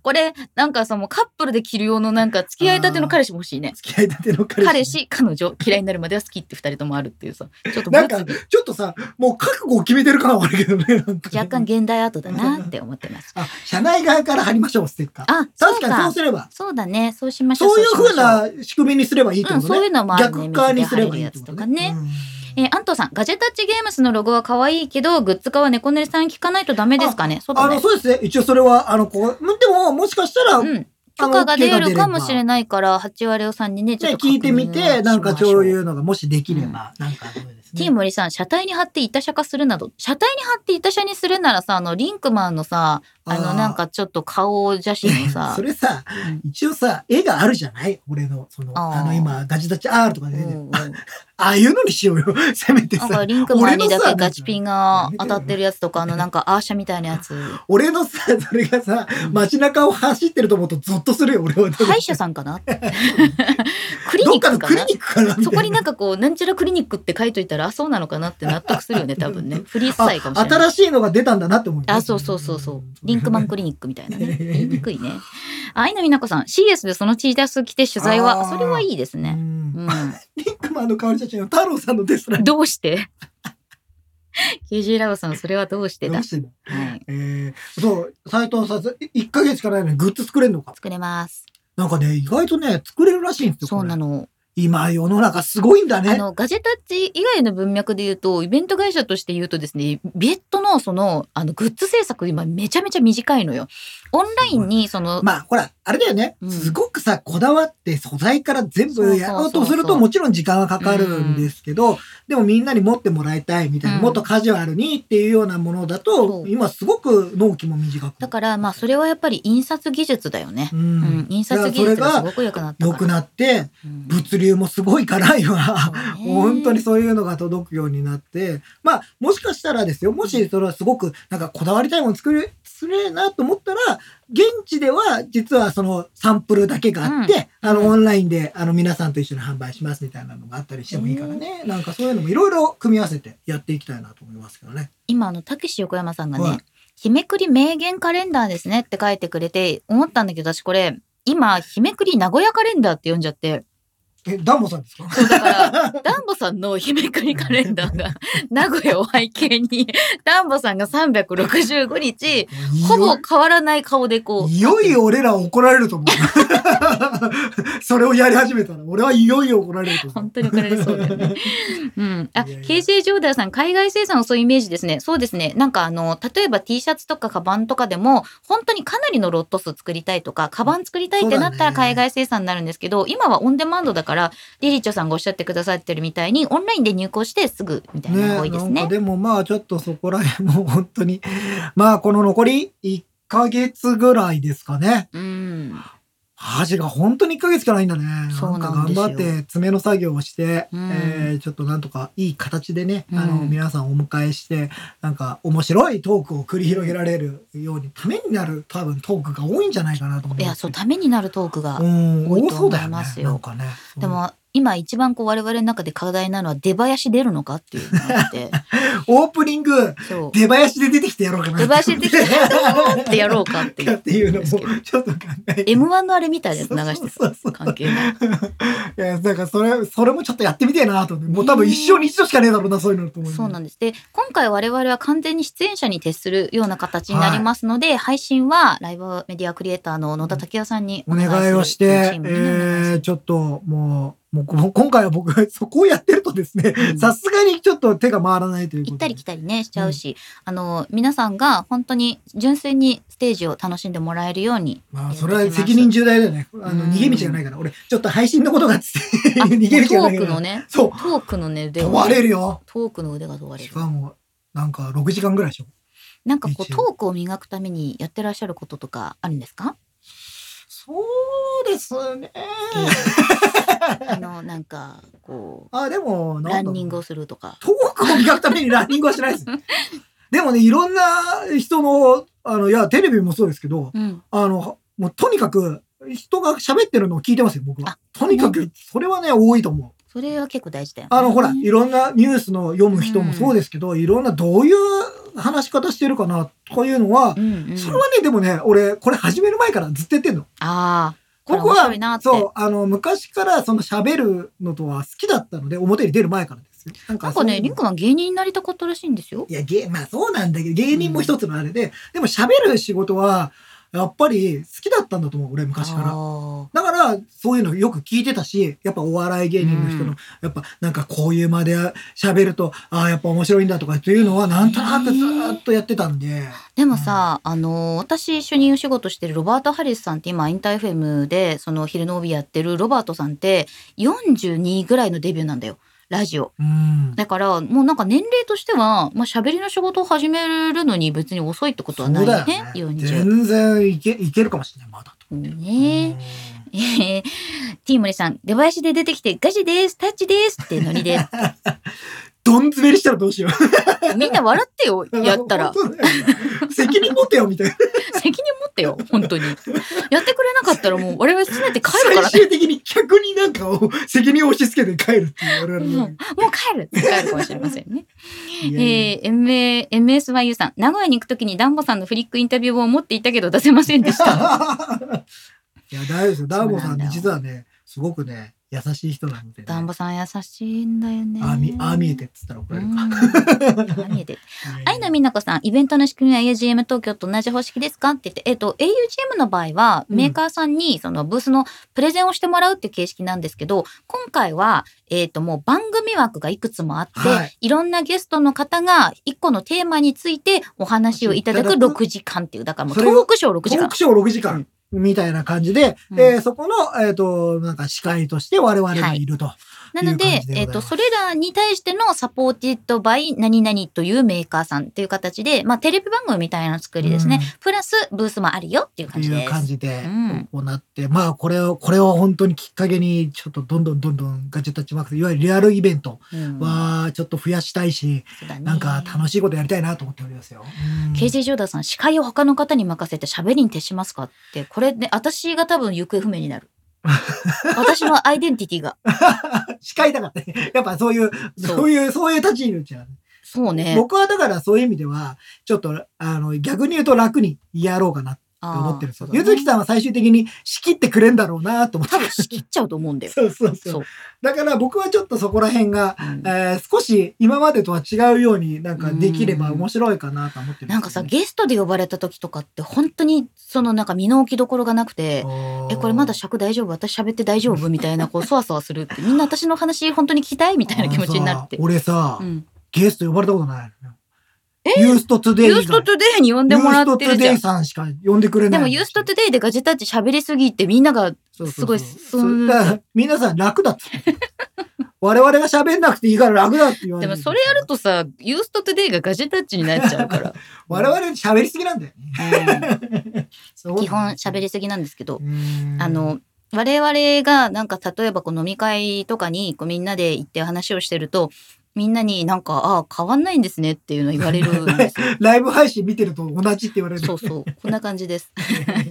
これ、なんかさ、もうカップルで着る用のなんか付き合いたての彼氏も欲しいね。
付き合いたての彼氏。
彼氏、彼女、嫌いになるまでは好きって二人ともあるっていうさ。ちょっと
なん
物
か、
議
ちょっとさ、もう覚悟を決めてる感はあるけどね。なんかね
若干。現代アートだなって思ってます。
あ、社内側から貼りましょう、ステッカー。
あ、そう
確かにそ
か
う。すれば。
そうだね。そうしましょう。
そういう
しましょ
風な仕組みにすればいいって
う
こ
ん、
と
そうい
ね。
うのもあるね。
逆側にすればいい
水
って
で
こ
貼れるやつと
と
か
ね。
ね。
うん
えー、アントさん、ガジェタッチゲームスのロゴは可愛いけど、グッズ化は猫ねりさん聞かないとダメですかね。そうだ
あの、
ね。
そうですね。一応それは、あの、こう、でも、もしかしたら、
うん。許可が
あの OK
出
が
るか
出
も
れば
しれないから、八割をさんにね、ち
じ
ょ
ゃ
っ
あ
と
聞いてみ
確認をしま
て、
しょ
なんかそういうのがもしできれば、なんかどうですね。
ティーモリさん、車体に貼って板車化するなど、車体に貼って板車にするならさ、あの、リンクマンのさ、あの、
あー
なんかちょっと顔写真を さ
そ、れさ、一応さ、絵があるじゃない俺の、その、
あー
あの今、ガチダチ R とか
う
で
ん
出てる、
うん
ああいうのにしようよ。 せめて
なんか
さ、
リンクマンにだけガチピンが
俺の
当
さ
たってるやつとか、あの、なんかアーシャみたいなやつ。
俺のさ、それがさ、街中を走ってると思うとゾッとするよ、俺は。
歯医者さんかな クリ
ど
ニ
っ
ッ
か
ク
の
か
クリ
な
ニックかなみたいな。
そこになんかこう、なんちゃらクリニックって書いといたら、あ、そうなのかなって納得す るよね、多分ね。フリースタイルかもしれない。
新しいのが出たんだなって思うよね
あ、そうそうそうそう。リンクマンクリニックみたい なね。言いにくいね。あいなみなこさん、CS でその T シャツ着て取材
あ
は、
ー
それはいいです
う
ね。
ん
う
リンクマンの香り写真の太郎さんのデスラ
ん。
イ
どうして ?KG ラボさん、それはどうして
ン
だ
どうしてんの
はい。
えーそう、斎藤さん、1ヶ月しかないのにグッズ作れるのか。
作れます。
なんかね、意外とね、作れるらしいんですよ。
そうな
の。
の。
今世の中すごいんだ
あ
ね。
の、ガジェタッチ以外の文脈で言うと、イベント会社として言うとですね、ビエットのその、あの、グッズ制作今めちゃめちゃ短いのよ。オンラインにその、
まあほら、あれだよね、
うん
すごくさ、こだわって素材から全
そうそ
部
うそうそう
やろうとするともちろん時間はかかるんですけど、でもみんなに持ってもらいたいみたいな、
うん
もっとカジュアルにっていうようなものだと
そ、う
今すごく納期も短く。
だからまあそれはやっぱり印刷技術だよね。
う
うんん、印刷技術がすごく良くなった
良
か
く
ら。
なって、
うん
物流もすごいから今。
そうね
本当にそういうのが届くようになって、まあ、もしかしたらですよ、もしそれはすごく、なんかこだわりたいもの作る、すれえなと思ったら、現地では実はそのサンプルだけがあって、あの、
うん
オンラインで、あの、皆さんと一緒に販売しますみたいなのがあったりしてもいいからね、なんかそういうのもいろいろ組み合わせてやっていきたいなと思いますけどね。
今あのたけし横山さんがね、
はい
日めくり名言カレンダーですねって書いてくれて思ったんだけど私これ今日めくり名古屋カレンダーって呼んじゃって
え、ダンボさんですか
そうだ からダンボさんの日めくりカレンダーが 名古屋を背景にダンボさんが365日ほぼ変わらない顔でこう
いよいよ俺ら怒られると思う。 それをやり始めたら、俺はいよいよ怒られると思う。
本当に怒られそうだよね。 うん。あ、
いやいや
KJ ジョーダーさん、海外生産はそういうイメージですね。そうですね。なんかあの、例えば T シャツとかカバンとかでも、本当にかなりのロット数作りたいとか、カバン作りたいってなった
そうだ
ら
ね
海外生産になるんですけど、今はオンデマンドだから、リリチョさんがおっしゃってくださってるみたいに、オンラインで入稿してすぐみたいなのが多いです
なん
ね
か。でもまあちょっとそこら辺も本当に、 まあこの残り1ヶ月ぐらいですかね。
うん。
恥が本当に1ヶ月しかないんだね。
そう
か
なんですよ
頑張って爪の作業をして、
うん
えーちょっとなんとかいい形でね、
うん
あの皆さんお迎えして、なんか面白いトークを繰り広げられるようにためになる多分トークが多いんじゃないかなと思
い
ます
や、そう、ためになるトークが
う。ん、
多い
多
と
そう
思
だよ
い
ね
ま。すよ
なんかね。
でも、今一番こう我々の中で課題なのは出囃子出るのかっていうのがあ って、
うんオープニング、
そう。
出囃子で出てきてやろうかな。
出囃子出てきて
や
ってやろうかっていう
っ。ていうのも、ちょっと考えて。
M1 のあれみたいなやつ流して
そうそ
さ
うそう、
関係ない。
いや、だからそれ、それもちょっとやってみてえなと思って。もう多分一生に一度しかねえだろうな、そういうのと思
そうなん
で
です。で、今回我々は完全に出演者に徹するような形になりますので、配信はライブメディアクリエイターの野田武雄さんに
お願いをし
お願い
て
するチ
え
ー、ムにねお願いし
ー、ちょっともう、もうこ今回は僕、そこをやってるとですね
う、ん
さすがにちょっと手が回らないということ
行
で。
ったり来たりねしちゃうし、あの皆さんが本当に純粋にステージを楽しんでもらえるように
まあ、それは責任重大だよね。あの、
うん
逃げ道がないから、俺、ちょっと配信のことがつって、
あ
逃げ道
ト
がない
ー
か
ク
ら
の。ね
そう
ト、ークのね腕
問われるよ。
トークの腕が問われ
し
る
かも、なんか6時間ぐらいでしょ。
なんかこう
一応
トークを磨くためにやってらっしゃることとかあるんですか、
そうですね。
え えあのなんかこ
あ、でも、なん
う
だろ
ラ
う
ンニングをするとか
トークを磨くためにランニングはし ないです。でもね、いろんな人の、あの、いや、テレビもそうですけど、
うん
あの、もうとにかく、人が喋ってるのを聞いてますよ、僕は
あ。
とにかく、それはね、多いと思う。
それは結構大事だよね
あの、ほら、いろんなニュースの読む人もそうですけど、いろんなどういう話し方してるかな、というのは
う、んうん、
それはね、でもね、俺、これ始める前からずっとやってんの。
ああ、これ
僕
面白いなっ
は、
て。
そう、あの、昔からその喋るのとは好きだったので、表に出る前からですよ。なん
なん
そう
か
いう
ね、リンクマン芸人になりたかったらしいんですよ。
いや、芸、まあそうなんだけど、芸人も一つのあれで、でも喋る仕事は、やっぱり好きだったんだと思う、俺昔から。
あ
だから、そういうのよく聞いてたし、やっぱお笑い芸人の人の、
うん
やっぱなんかこういうまで喋ると、ああ、やっぱ面白いんだとかっていうのは、なんとなくずーっとやってたんで。
ーでもさ、あのー私一緒にお仕事してるロバート・ハリスさんって今インターフェムでその昼の帯やってるロバートさんって42ぐらいのデビューなんだよラジオ
うん。
だからもうなんか年齢としてはまあ喋りの仕事を始めるのに別に遅いってことはないよね
そうだよ
40
全然いけ、いけるかもしれない、まだと。
ね えー、ティーモリさん出囃子で出てきてガジですタッチですってノリで
どん詰めりしたらどうしよ
みんな笑っ てよ
う。
やったら
本当だよね責任持てよ、みたいな。
責任持ってよ、本当に。やってくれなかったらもう我々すべて帰るから
最
ね。
終的に客になんかを責任を押し付けて帰るっていう我々
も
の
うもう帰る帰るかもしれませんね。
いやいや
えー、MA MSYU さん、名古屋に行くときにダンボさんのフリックインタビューを持っていたけ ど出せませんでした。
いや、大丈夫ですよ。ダーボさんって実はね、すごくね、優しい人なので、ね。
ダンボさん優しいんだよね。
ああみああ見えてっつったら怒
う
られ
ん。
るか。
ああ見えて。愛のみなこさん、イベントの仕組みは AUGM 東京と同じ方式ですかって言って、えっ、と、AUGM の場合は、
うん
メーカーさんに、そのブースのプレゼンをしてもらうっていう形式なんですけど、今回は、えっ、と、もう番組枠がいくつもあって、
はいい、
ろんなゲストの方が、一個のテーマについてお話をいただく
いただく
6時間っていう、だからもう
そ
ト
れを
ークショー6
ト
時
ー
間
ク。ショー6時間みたいな感じで、
うん
えーそこの、えっ、と、なんか司会として我々がいると。
なの
いう感
で
じでございま、す
えっ、と、それらに対してのサポーティッドバイ何々というメーカーさんっていう形で、まあ、テレビ番組みたいな作りですね。プラス、ブースもあるよっていう
うん。
感
って
じ
い
で
う
す。
感じで
うん
行って、まあこれを、これを本当にきっかけに、ちょっとどんどんどんどんガジェットマークス、いわゆるリアルイベント
うん
はちょっと増やしたいし、
そうだね
なんか楽しいことやりたいなと思っておりますよ。うん
KJ ジョーダンさん、司会を他の方に任せて喋りに徹しますかって、これね、私が多分行方不明に なる。私のアイデンティティが。
司会だからね。 やっぱそういう、
そう
そういう、そういう立ちいるじゃん。
そうね。
僕はだからそういう意味では、ちょっと、あの、逆に言うと楽にやろうかなって思ってるんですよ。ゆずき
ん。
さんは最終的に仕切ってくれんだろうなと思って
多。分仕切っちゃうと思うんだよ。
そうそうそ。
そうう。
だから僕はちょっとそこら辺が、
うん
えー少し今までとは違うようになんかできれば面白いかなと思ってる
なんかさ、
です
ゲストで呼ばれた時とかって、本当に、そのなんか身の置きどころがなくて、
よね、
え、これまだ尺大丈夫私喋って大丈夫みたいな、こう、 そわそわするって。みんな私の話本当に聞きたいみたいな気持ちになるって
あのさ。俺さ、
うん。
ゲスト呼ばれたことないのよ。
え
ユーストトゥデイ
ユー
以
スト
外。
トゥデイに呼んでもらってるじゃ
ユーストトゥデイ
ん。
さんしか呼んでくれな
で
い。
もユーストトゥデイでガジェタッチ喋りすぎてみんなが
そうそうそう
すごいすん
だから皆さん楽だっつって。我々が喋んなくていいから楽だって言われ
で
て
も
る。
それやるとさ、ユーストトゥデイがガジェタッチになっちゃうから。
我々喋りすぎなんだよね。 そう
基本喋りすぎなんですけど、
うん
あの、我々がなんか例えばこう飲み会とかにこうみんなで行って話をしてると、みんなになんか、ああ、変わんないんですねっていうの言われるんです よ。
ライブ配信見てると同じって言われる。
そうそう。こんな感じです。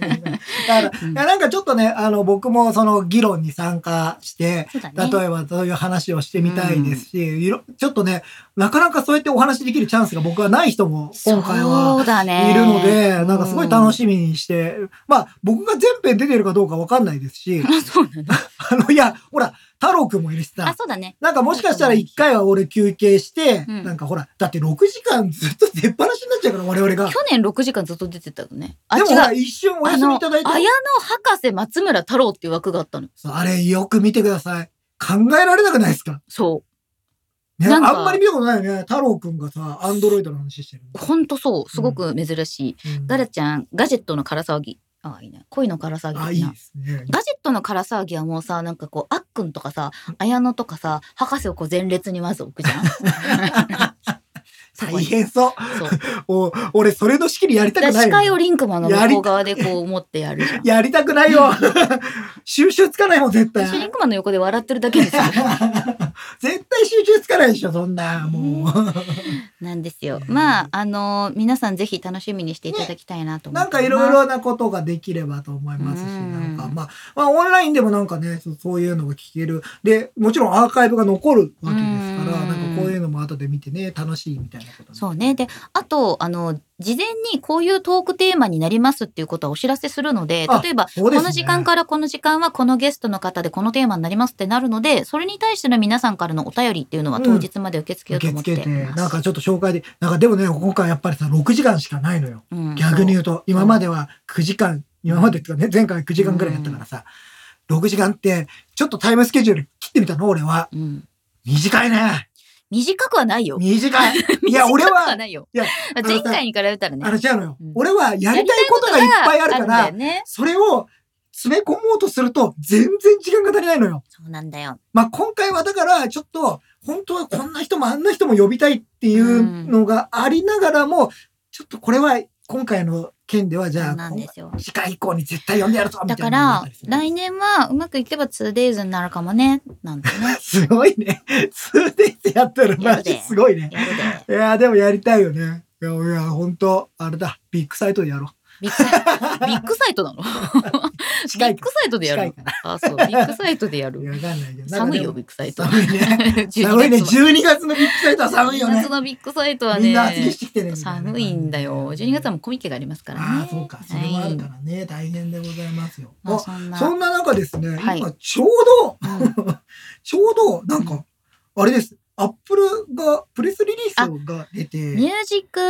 だから、
うん
いやなんかちょっとね、あの、僕もその議論に参加して、
そうだね。
例えばそういう話をしてみたいですし、いろちょっとね、なかなかそうやってお話しできるチャンスが僕はない人も今回は
そうだね。
いるので、なんかすごい楽
い。
しみにして、まあ僕が全編出てるかどうかわかんないですし、
あ、そうなんだ。
あの、いや、ほら、太郎くんもいるし
あ、
さ、
そうだね。
なんかもしかしたら一回は俺休憩して、
うん
なんかほら、だって6時間ずっと出っ放しになっちゃうから我々が
去。年6時間ずっと出てたのね。あ、
で
違
もほら、
う。
一瞬お
あ
休み
の、
いただいて。
綾野博士松村太郎っていう枠があったの。
そうあれ、よく見てください。考えられなくないですか
そう。
ね、
な
あ
んか
んまり見たことないよね。太郎くんがさ、アンドロイドの話してる。
ほんとそう。すごく珍しい。
うん
ガラちゃん、ガジェットの空騒ぎ。あ、いいね。恋の空騒ぎ
あ、
だ
いい
な
で。すね。
ガジェットの空騒ぎはもうさ、なんかこう、あっくんとかさ、綾野とかさ、博士をこう前列にまず置く じゃん。そこ
大
に
変そう。
そ
お
う。
俺、それの仕切りやりた
だから
くない
司会を
よ。
リンクマンの向こう側でこう持ってやるじゃん。
やりたくない よ。収集つかないもん、 絶対。
私リンクマンの横で笑ってるだけですよ。
絶対集中つかないでしょ、そんな。もう。
なんですよ。
うん
まあ、あの皆さんぜひ楽しみにしていただきたいなと思っ
なん
て
かい
ます
ろいろなことができればと思いますし、
うん
なんかまあ、まあオンラインでもなんかね、そうそういうのが聞ける。で、もちろんアーカイブが残るわけですから、
うん
なんかこういうのも後で見てね、楽しいみたいなこと。
そうね。で、あと、あの、事前にこういうトークテーマになりますっていうことはお知らせするので
あ、
例えば、
そうですね
この時間からこの時間はこのゲストの方でこのテーマになりますってなるので、それに対しての皆さんからのお便りっていうのは当日まで受け付けよう
受
と
け
思って
付
い
けて、
ます。
なんかちょっと紹介で、なんかでもね、今回やっぱりさ、6時間しかないのよ。
うん
逆に言うと、今までは9時間、今までっていうかね、前回9時間ぐらいやったからさ、6時間って、ちょっとタイムスケジュール切ってみたの、俺は。
そううん
短いね。
短くはないよ。
短 い。いや、俺
短くは
は、
ないよ。
いや
まあ前回に比べたらね。
あれ違うのよ
うん。
俺はやりたいことがいっぱいあるから
ある、んだよね。
それを詰め込もうとすると、全然時間が足りないのよ。
そうなんだよ。
まあ、今回はだから、ちょっと、本当はこんな人もあんな人も呼びたいっていうのがありながらも、ちょっとこれは今回の件では、じ
そ
ゃ
う
あ
なん、ですよ。
次回以降に絶対呼んでやるぞみ
だ
た
か
いな
ら
のがあったりす、る。。
来年はうまくいけば 2days になるかもね。なんてね
すごいね。2でってやったらマジすごいね。
やるで。
いやー、でもやりたいよね。いや、いや、本当あれだ。ビッグサイトでやろ
ビッグサイビッグサイトなの
う。
ビッグサイトでや
近
る
いから。
あ、そう、ビッグサイトでや
いや
る。
わかんないけど。なんか
寒
で
いよ、
も
ビッグサイト。
寒 いね。寒いね。12月のビッグサイトは寒いよね
夏。のビッグサイトは
みんな厚着
ね
し、てきてるみたな
寒いんだよ。12月はもうコミケがありますからね。
ああ、そうか。それもあるか
はい
らね。大変でございますよ。
まあ、
あ
そんな。
そんな中ですね、
はい
今ちょうど、
うん
ちょうど、なん
う
か、あれです。アップルが、プレスリリースが出
ミュ
て、
ージック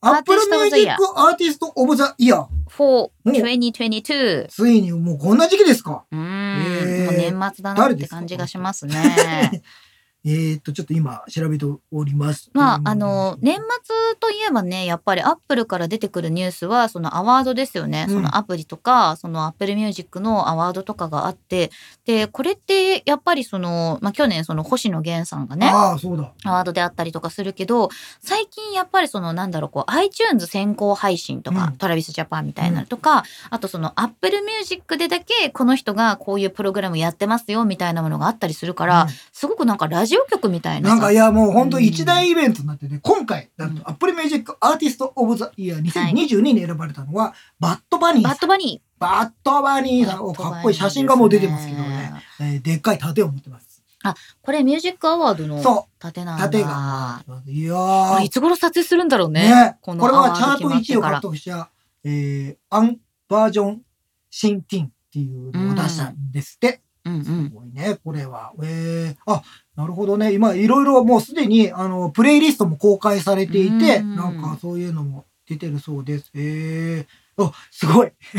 ア
ア
ッ
ーテ
プ
ィ
ル
ストオ
ミュージ
ブザイヤ
ッ
ー
クアーティストオブザイヤー。
for
うん
2022。
ついにもうこんな時期ですか。
うー
へ
ん、
ー
もう年末だなって感じがしますね。
えーっと、ちょっと今、調べております。
まあ、あの、年末といえばね、やっぱりアップルから出てくるニュースは、そのアワードですよね。
うん
そのアプリとか、そのアップルミュージックのアワードとかがあって、で、これって、やっぱりその、まあ、去年、その星野源さんがね、
ああ、そうだ。
アワードであったりとかするけど最近やっぱりそのなんだろうこう iTunes 先行配信とか、
うん
TravisJapan みたいなのとか、あとその AppleMusic でだけこの人がこういうプログラムやってますよみたいなものがあったりするから、
うん
すごくなんかラジオ局みたいな
な
さ
んかいやもう本当一大イベントになってて、今回なんとアップルミュージックアーティストオブザイヤー2022に選ばれたのは、バッドバニー
バ
さん
ッドバニー
バッドバニーさんおかっこいい写真がもう出てますけどね、えーでっかい盾を持ってます、
これミュージックアワードの
そ
盾な
うん
だ
盾がいや
これ
ー
いつ頃撮影するんだろうね
ね
こ
こ
の
れはチ
アワ
ャ
ー
ー
ド
ト
決
1を
まってから
獲得した、えーアンバージョンシンティンっていうのを出したんですって、
うんう
す
ん
ごいね、これは。えー、あ、なるほどね。今、いろいろもうすでに、あの、プレイリストも公開されていて、
うん
なんかそういうのも出てるそうです。えー、あ、すごい。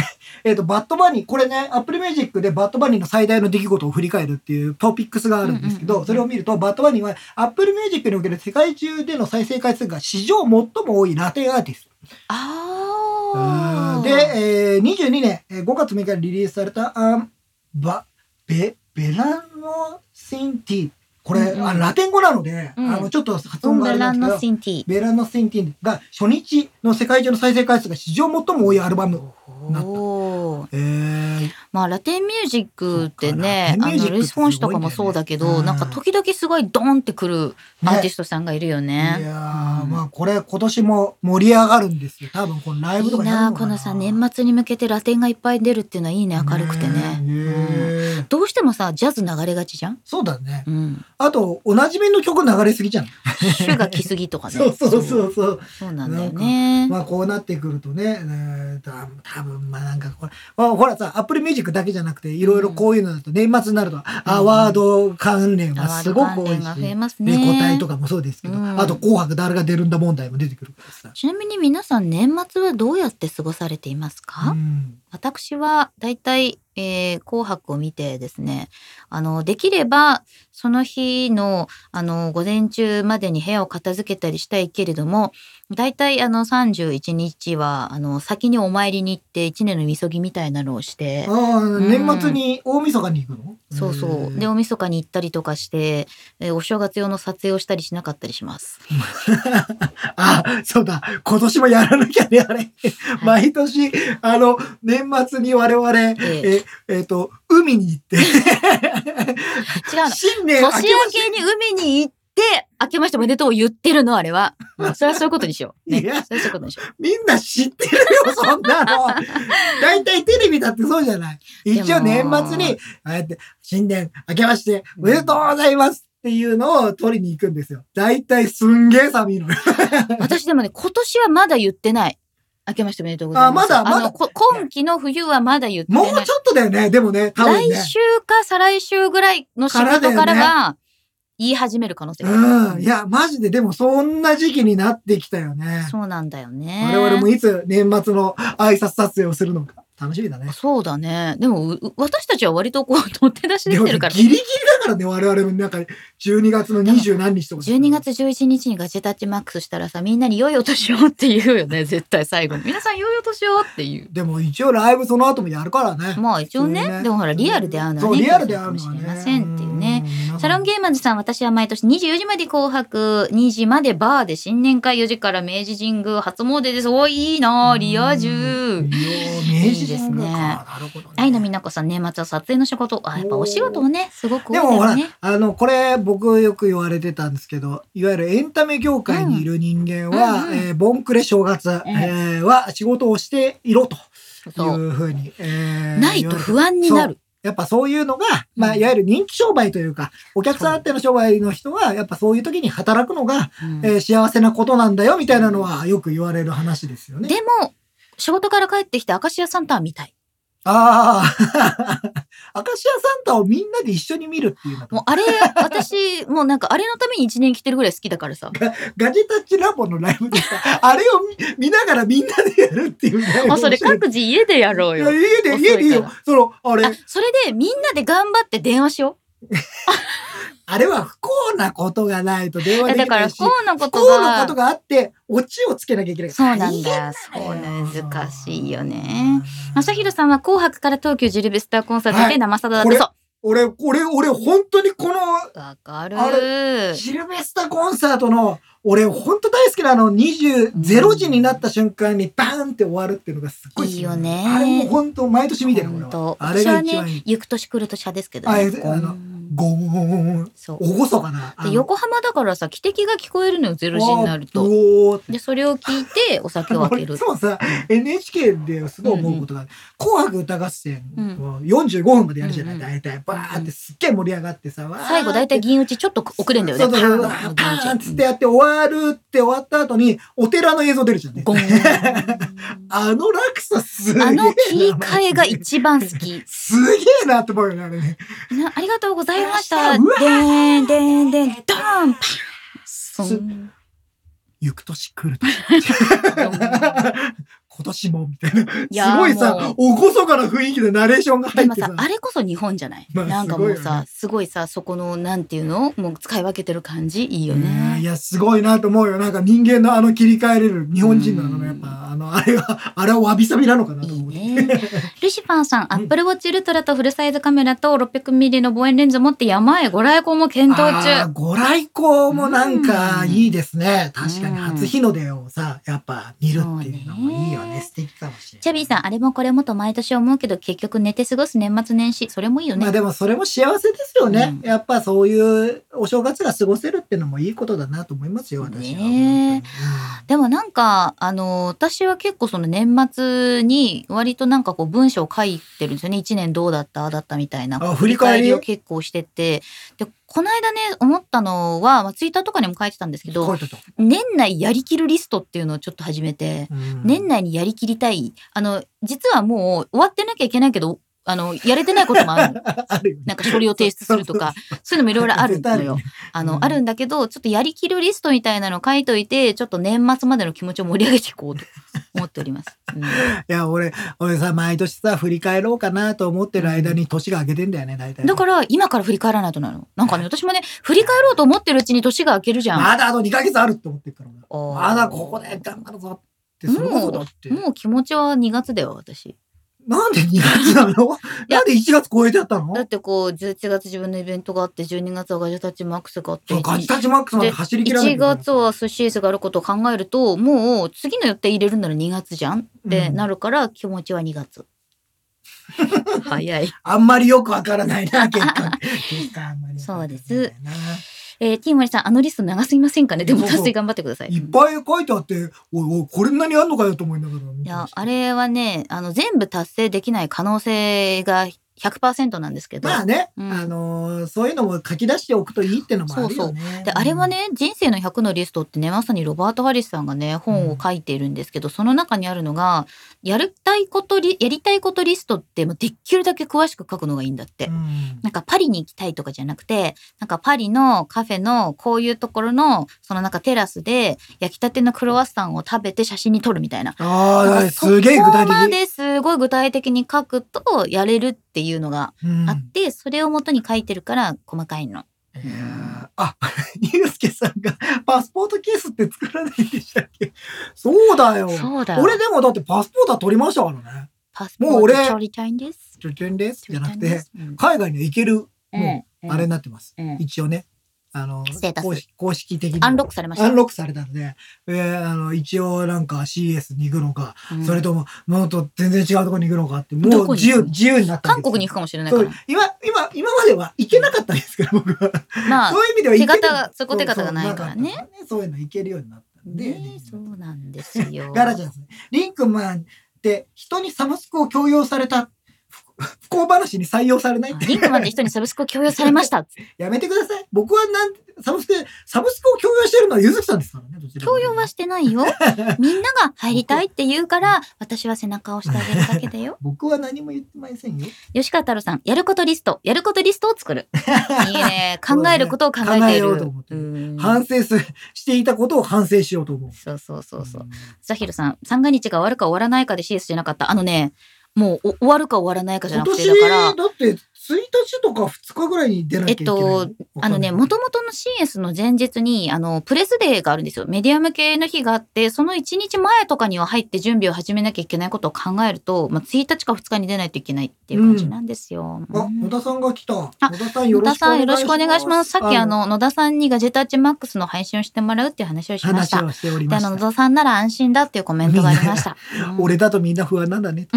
えっと、バッドバニー、これね、Apple Music でバッドバニーの最大の出来事を振り返るっていうトピックスがあるんですけ
うんうんうんう
ど、
ん
それを見ると、バッドバニーは Apple Music における世界中での再生回数が史上最も多いラテンアーティスト。
あー
で、えー、22年えー5月6日にリリースされた、あんば、べ、ベラノシンティ。これ、
うんうん
あラテン語なので、
うん
あの、ちょっと発
オ
音
ン
があ
ベ
れな
ラ
ん
ン
ですけ
の
ど、
シンティ
ベラノシンティが初日の世界中の再生回数が史上最も多いアルバム。なった
おー
えー、
まあラテンミュージックってね
そうか
あ
ラテンミュージックって
のルイス・フォンシュとかもそうだけ
すご
ど、
いんだよ
なん
ね
か時々すごいドーンってくるアーティストさんがいるよ
い
ね。
やー、
うん
まあこれ今年も盛り上がるんですよ。多分このライブ
い
と
い
かやる
な
のか
こ
な。
のさ年末に向けてラテンがいっぱい出るっていうのはいいね明るくてね。
え
うん
へー
どうしてもさジャズ流れがちじゃん、
そうだね。
うん、
あと、おなじみの曲流れすぎじゃん。
種が来すぎとかね
そうそうそうそう。
そうなんだよね。
まあこうなってくるとね、えーた多分まあなんかこれ、まあ、ほらさ、Apple Music だけじゃなくて、いろいろこういうのだと年末になると、アワード関連
ア
が
ワー
す
ド
ごく
関
多い
連
し
が、増えますね。
猫体とかもそうですけど、
うん
あと紅白誰が出るんだ問題も出てくるからさ。
ちなみに皆さん年末はどうやって過ごされていますか、
うん
私は大体、えー紅白を見てですねあのできればその日のあの午前中までに部屋を片付けたりしたいけれども大体あの31日はあの先にお参りに行って一年のみそぎみたいなのをして。
ああ、
ん
年末に大晦日に行くの
そうそう。で、
えー
お晦日に行ったりとかして、えーお正月用の撮影をしたりしなかったり します。
あ、そうだ。今年もやらなきゃね、あれ。毎年、あの、年末に我々、えっ、
え
えーと、海に行って、
違うの。
新年明
年
けま
明
して
けに海に行って、明けましておめでとうを言ってるの、あ れは。うんそれはそういうことにしよう。
い
ね、それ
や
はそういうことにしよ う。
みんな知ってるよ、そんな の。大体テレビだってそうじゃない。一応
で
年
も
末に、ああやって、新年明けまして、おめでとうございますっていうのを取りに行くんですよ。大体すんげえ寒いのよ。
私でもね、今年はまだ言ってない。明けましておめでとうございます。
あまだまだ
のこ今期の冬はまだ言ってな
も
い。
うちょっとだよね、でもね、多分ね
来。週か再来週ぐらいの仕
からだ
事
よね
からは言い始める可能性があ
う
る。
ん。いや、マジで、でもそんな時期になってきたよね。
そうなんだよね。
我々もいつ年末の挨拶撮影をするのか。楽しみだね。
そうだね。でも、うう私たちは割とこう、取って出しで
で
き
も
て
ギ
るから。
リギリだからね、我々の中で12月の二十何日とか。
12月11日にガジェタッチマックスしたらさ、みんなに良いお年をって言うよ ね、絶対最後に。皆さん良いお年をっていう。
でも一応ライブその後もやるからね。
まあ一応ね、
そうね
でもほら、リアルで会うの
そ
は
う、
ね、
リアルであるの
か
は
もし
ね。
れませんっていうね。
うん。
サロンゲーマーズさん、私は毎年24時まで紅白、2時までバーで新年会4時から明治神宮初詣です。おーいいなーリア
うん
充。
いや明治神宮
いいですね
か。なるほどね
愛の美奈子さん、年末は撮影の仕事。あ、やっぱお仕事をね、すごく多い
でもほ
で
ら
すね。、
あの、これ僕よく言われてたんですけど、いわゆるエンタメ業界にいる人間は、
うんうんうん
えーボンクレ正月、えーは仕事をしていろとい
そう。
うふうに。えー
ないと不安になる。
やっぱそういうのが、まあ、
うん
いわゆる人気商売というか、お客さんあっての商売の人は、やっぱそういう時に働くのが、
うん
えー幸せなことなんだよ、みたいなのはよく言われる話ですよね。
でも、仕事から帰ってきて、明石家サンタみたい。
あ あ、アカシアサンタをみんなで一緒に見るっていうの
もう
と、
あれ、私、もうなんかあれのために一年来てるぐらい好きだからさ。
ガジェタッチラボのライブでさ、 あれを見見ながらみんなでやるっていうね。
もうそれ各自家でやろう
いや
よ。
家で、家でいい
遅い
よ
か。
その、あれ
あ、、それでみんなで頑張って電話しよ
あれは不幸なことがないと電
う。い
話
や
で
だ
き
か
な
ら
い
不
し、
幸なこ
不
と
幸なこと
が、
があって、オチをつけなきゃいけない。
そうなん
大変
だ。そう難しいよ
ね
ね。。正弘さんは紅白から東急ジルベスターコンサート
は
で
い
生さだだったそ
俺、俺、俺、本当にこの、
う。わかる。
あシルベスタコンサートの、俺、本当大好きなあの、20、0時になった瞬間にバーンって終わるっていうのがすっごい好き
いいよね
あれも本当、毎年見てる、俺
本当
は。あれ
私
が
は
一番い
ね
い、。
行く年来る年派ですけど
あ
ね
え。あの
うん
ゴーン。
そう。
おごそかな。あ
で
の
横浜だからさ、汽笛が聞こえるのよ、ゼロ時になる
う
と。
おーって
で、それを聞いて、お酒を開
俺
け
い
る
つ。もさ NHK ですごい思うことがある「紅白歌合戦」を45分までやるじゃない、
うんうん
大体バーってすっげえ盛り上がってさ、わーって
最後大体銀打ちちょっと遅れんだよね。
そうそうそうパーンパーンっつってやって終わるって終わった後にお寺の映像出るじゃんね
ゴン。
あの落差すげえ
あの切り
な
替えが一番好き。
すげえなって思うよねあれね
なありがとうございました。で
うわ
ーん、でーん、でーん、ドーン、パーン。そ
す
ん
行く年来ると 今年もみたい
い
な
やー
すごい
もう
さおこそかな雰囲気でナレーションが
で
入っ
も
て
さ
さ、
あれこそ日本じゃない、
まあ
なんかも
すごい
う
よ
さ、すごいさ、そこの、なんていうのもう使い分けてる感じ、いいよ
うんい
ね。
や、すごいなと思うよ。なんか人間のあの切り替えれる日本人なの
うん
ね、やっぱ、あの、あれは、あれはわびさびなのかなと
いい
思って。
ね。 ルシファーさん、ア
うん
ップルウォッチウルトラとフルサイズカメラと 600mm の望遠レンズを持って山へご来光も検討
あ
中。
ーご来光もなんかいいですね。
うん
確か
う
に
ん
初日の出をさ、やっぱ見るっていうのもいいよね。
そうね
素敵かもしれない。
チャビーさん、あれもこれもと毎年思うけど、結局寝て過ごす年末年始、それもいいよね。
まあでもそれも幸せですよね。
う
やっぱそういうお正月が過ごせるっていうのもいいことだなと思いますよ、私は。
ね
本
でもなんか、あの、私は結構その年末に割となんかこう文章を書いてるんですよね。一年どうだったああだったみたいな。
あ振り返り
を結構してて。で、この間ね、思ったのは、まあ、ツイッターとかにも書いてたんですけ
当に
ど、
こういうこと
年内やりきるリストっていうのをちょっと始めて、
うん
年内にやりきりたい。あの、実はもう終わってなきゃいけないけど、あの、やれてないこと もあるの。
あるよね
なんか書類を提出するとか、そういうのもいろいろあるのよ。あの、
うん
あるんだけど、ちょっとやりきるリストみたいなの書いといて、ちょっと年末までの気持ちを盛り上げていこうと思っております。うん
いや、俺、俺さ、毎年さ、振り返ろうかなと思ってる間に年が明けてんだよね、大体。
だから、今から振り返らないとなの。なんかね、私もね、振り返ろうと思ってるうちに年が明けるじゃん。
まだあと2ヶ月あるって思ってるからな。
おー
まだここで頑張るぞって、それこそだって。
もう気持ちは2月だよ、私。
なんで2月なの
や
なんで1月超えちゃった
だっ
の
てこう、11月自分のイベントがあって、12月はガジェタッチマックスがあって、
そうガ
1
チタチマックスまで走り切らなきゃいけない
月は寿司ースがあることを考えると、もう次の予定入れるなら2月じゃんって
うん
なるから、気持ちは2月。 早い。
あんまりよくわからないな、結 果。結果あんまりよくわからないな
そうでえー、ティーマリさん、あのリスト長すぎませんかねでも
そうそう
達成頑張ってください。
いっぱい書いてあって、おいおい、これ何あんのかよと思いながら見
い
てま
や
し、た
あれはね、あの、全部達成できない可能性が100%なんですけど、
まあね、
うん
あのーそういうのも書き出しておくといいってのもあるよね。
で、あれはね、人生の100のリストってね、まさにロバート・ハリスさんがね、本を書いているんですけど、その中にあるのが、やりたいことリ、やりたいことリストって、もうできるだけ詳しく書くのがいいんだって
う。ん、
なんかパリに行きたいとかじゃなくて、なんかパリのカフェのこういうところの、そのなんかテラスで焼きたてのクロワッサンを食べて写真に撮るみたいな。
ああ、すげえ具
そこま
体的。
ですごい具体的に書くとやれるっていうのが
うん
あって、それを元に書いてるから細かいの。
いやーあ、 ゆうすけさんがパスポートケースって作らないでしたっけそうだよ。
そうだよ。
俺でもだってパスポートは取りましたからね。
パスポート
もう俺
取りたいんです。
受験ですじゃなく
取りたいんで
て
す、うん
海外には行ける、も
うん
う、あれになってます。
うん
一応ね。あの
ステータ、ス
公式公式的に。
アンロックされました。
アンロックされたんで、えーあの、一応なんか CS に行くのか、
うん
それとも、もっと全然違うところに行くのかって、も
ど
う
こに
自
行く
由、
の
自由になったんで
韓
すよ
国に行くかもしれない
そ
か
う
ら。
今、今、今までは行けなかったんですけど、僕は。
まあ
そ、ういう意味では行ける
手形がそこ手形がないから
そう
ね
そうなかったからねそういうの行けるようになったんで、
ね、そうなんですよ。
ガラちゃんですね。リンクマンって人にサブスクを強要された。ふ不幸話に採用されないって
リンクマンって人にサブスクを強要されました。
やめてください。僕はなん、サブスク、サブスクを共有してるのはゆずきさんですからね、どちらか
強
というと
要はしてない よ。みんなが入りたいって言うから、私は背中を押してあげるだけだよ。
僕は何も言ってませんよ。
吉川太郎さん、やることリスト、やることリストを作る。 いいね。 考えることを考
考
えて
え
い
よ
る
うと思って。
うん
反省す、していたことを反省しようと思う。
そうそうそうそう。ザヒルさん、三が日が終わるか終わらないかで CS じゃなかった。あのね、もうお終わるか終わらないかじゃ
今
なくて、
年
だから、
だって1日とか2日ぐらいに出なきゃいけないの。
えっあのね、
わかんない
もともとの CS の前日に、あの、プレスデーがあるんですよ。メディア向けの日があって、その1日前とかには入って準備を始めなきゃいけないことを考えると、まあ、1日か2日に出ないといけないっていう感じなんですよ。
あ、
うん
野田さんが来た。野田さんよ
野
ろ
田
しくお願いします。
さんよろしくお願いします。さっきあ、の野田さんにガジェタッチマックスの配信をしてもらうっていう話をしまし
話
た。
をしており
で、
ま
あ
し
の野
た。
田さんなら安心だっていうコメントがありました。うん
俺だとみんな不安なんだね。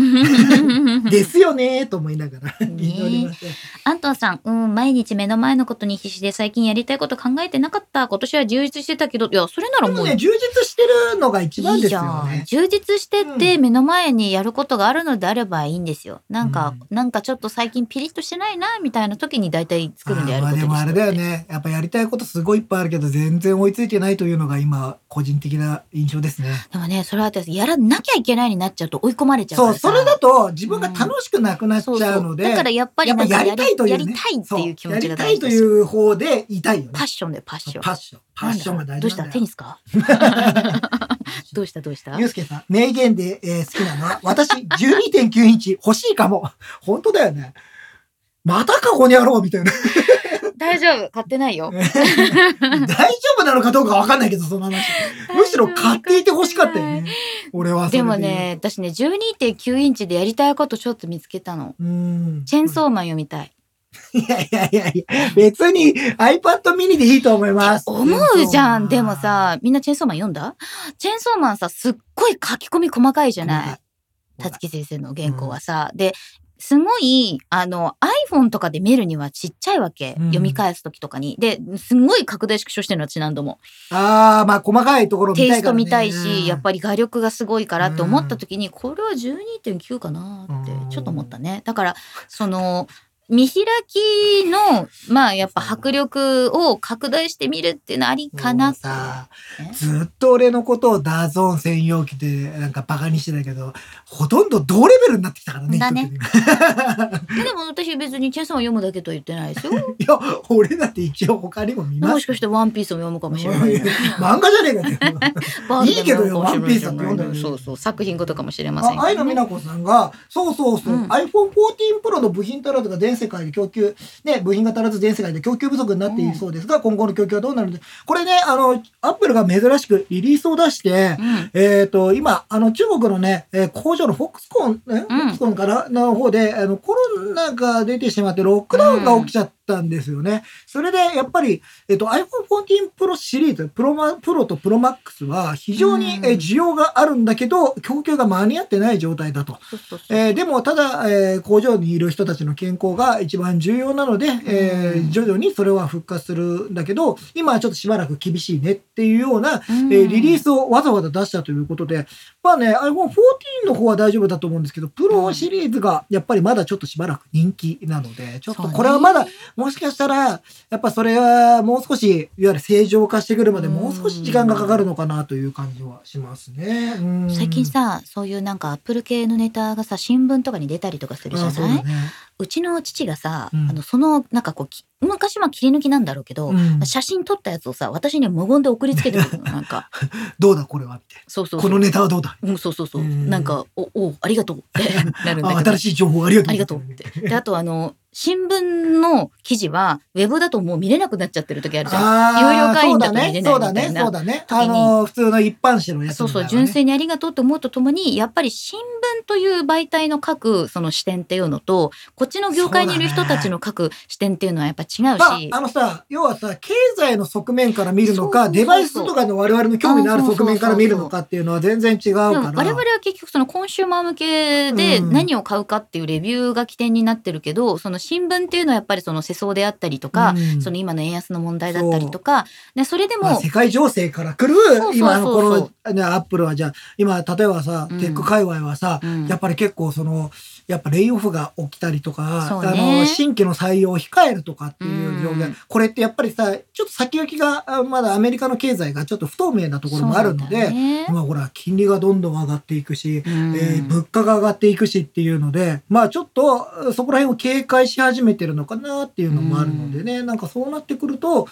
ですよねーと思いながら聞いておりました。
アントンさん、うん、毎日目の前のことに必死で最近やりたいこと考えてなかった。今年は充実してたけど、いや、それなら
で
も
も
う
ね、充実してるのが一番
いい
です
じゃ
よ
ん。
ね。
充実してって
う
目の前にやることがあるのであればいいんですよ。なんか、
う
なんかちょっと最近ピリッとしてないな、みたいな時に大体作るんでや
あー
る
ま
こ
あ
と
で
に
もあれ
して
だよね。やっぱやりたいことすごいいっぱいあるけど、全然追いついてないというのが今、個人的な印象ですね。
でもね、それは私、やらなきゃいけないになっちゃうと追い込まれちゃうか
そ
ら
う、
さ
それだと自分が楽しくなくなっちゃうので、
だからやっぱり
やっぱ
なんか
やりたいという、ね、
やりたいっていう気持ちが
そうやりたいという方でいたいよね。
パッションでパッション。
パッション。パッションが大事
どうし
な
た
んだ
テ
よ
ニ。スかどうしたどうした
ゆうすけさん、名言で、えー好きなのは、私12.9インチ欲しいかも。本当だよね。またかこの野郎みたいな。
大丈夫買ってない よ。
大丈夫なのかどうかわかんないけど、その話。むしろ買っていて欲しかったよね。俺はそれ
でも。ね、私ね、12.9インチでやりたいことちょっと見つけたの。
うん。
チェーンソーマン読みたい。
いやいやいやいや、別に iPad mini でいいと思います。
思うじゃん。でも、さ、みんなチェーンソーマン読んだチェーンソーマンさ、すっごい書き込み細かいじゃない。
細
た
か
つき先生の原稿はさ。で、すごい、あの、iPhone とかで見るにはちっちゃいわけ。
うん
読み返すときとかに。で、すんごい拡大縮小してるの、私何度も。
ああ、まあ細かいところ見た
テ
い
イ
から、ね。
スト見たいし、やっ
り。
ぱり画力がすごいからって思った時に、これは12.9かなって
うん
ちょっと思ったね。だから、その、見開きの、まあやっぱ迫力を拡大してみるっていうのありかなって。
さ
ね
ずっと俺のことをダゾーン専用機でなんかバカにしてたけど、ほとんど同レベルになってきたからね。
だね
一時
ででも私別にチェンソンを読むだけとは言ってないですよ。
的にいや、俺だって一応他にも 見ます。。
もしかしてワンピースを読むかもしれない
漫画じゃねえかって。
バードでも読むかもしれない
いいけどよワンピースだって読んだよね
そうそう、作品ごとかもしれませんけ
あ
どね
愛の美奈子さんが、そうそうそう、
うん
iPhone 14 Pro の部品足らずが全世界で供給、ね、部品が足らず全世界で供給不足になっているそうですが、今後の供給はどうなるので、これね、あの、アップルが珍しくリリースを出して、
うん
えっ、と、今、あの、中国のね、えー工場のフォックスコン、えフォックスコンからの方で、あの、コロナが出てしまって、ロックダウンが起きちゃったんですよね。それで、やっぱり、えっ、と、iPhone 14 Pro シリーズ、プロマ、プロとプロマックスは、非常に、
うん
えー需要があるんだけど、供給が間に合ってない状態だと。
そうそうそう
えーでも、ただ、えー工場にいる人たちの健康が一番重要なので、えー
うん
徐々にそれは復活するんだけど、今はちょっとしばらく厳しいねっていうような、
うん
えーリリースをわざわざ出したということで、まあね、iPhone 14の方は大丈夫だと思うんですけど、プロシリーズがやっぱりまだちょっとしばらく人気なので、ちょっとこれはまだ、もしかしたら、やっぱそれはもう少し、いわゆる正常化してくるまでもう少し時間がかかるのかなという感じはしますね。うん
最近、さ、そういうなんかアップル系のネタがさ、新聞とかに出たりとかするじゃ
あそう
な
だ
い
ね
うちの父がさ、
うん
あのそのなんかこうき昔は切り抜きなんだろうけど、
うん
写真撮ったやつをさ私には無言で送りつけてくるの なんか
どうだこれはみたい
そうそ
な。
う
こ
そう
のネタはどうだ
うんそうそうそう、
うん
なんかおおありがとうってなるんだ
あ
けど
新しい情報ありがとう。
ありがとうってであとあの新聞の記事はウェブだともう見れなくなっちゃってる時あるじゃん
あ
有料
ー
会員だと見れない
そうだね、
みたいな
そうだね、そうだ
時
ね。あ
に
のー、普通の一般紙のやつ
そ
みたい
うそ
うなね
純粋にありがとうと思うとともにやっぱり新聞という媒体の書くその視点っていうのとこっちの業界にいる人たちの書く視点っていうのはやっぱ違うし、
まあ、あのさ、要はさ、経済の側面から見るの
そうそうそう
か、デバイスとかの我々の興味のある側面から見るのかっていうのは全然違うか
でも
ら。
我々は結局そのコンシューマー向けで
うん
何を買うかっていうレビューが起点になってるけど、その新聞っていうのはやっぱりその世相であったりとか、
うん
その今の円安の問題だったりとか、でそれで
まあ、
も
世界情勢から来る
うそうそう
今のこのねアップルはじゃあ今例えばさ、
うん
テック界隈はさ、
うん
やっぱり結構そのやっぱレイオフが起きたりとか、
そうね
あの新規の採用を控えるとかっていう状況、
うん
これってやっぱりさちょっと先行きがあまだアメリカの経済がちょっと不透明なところもあるの
そうな
で、
んだね
まあほら金利がどんどん上がっていくし、
うん
えー物価が上がっていくしっていうので、まあちょっとそこら辺を警戒し始めてるのかなっていうのもあるのでね、なんかそうなってくると、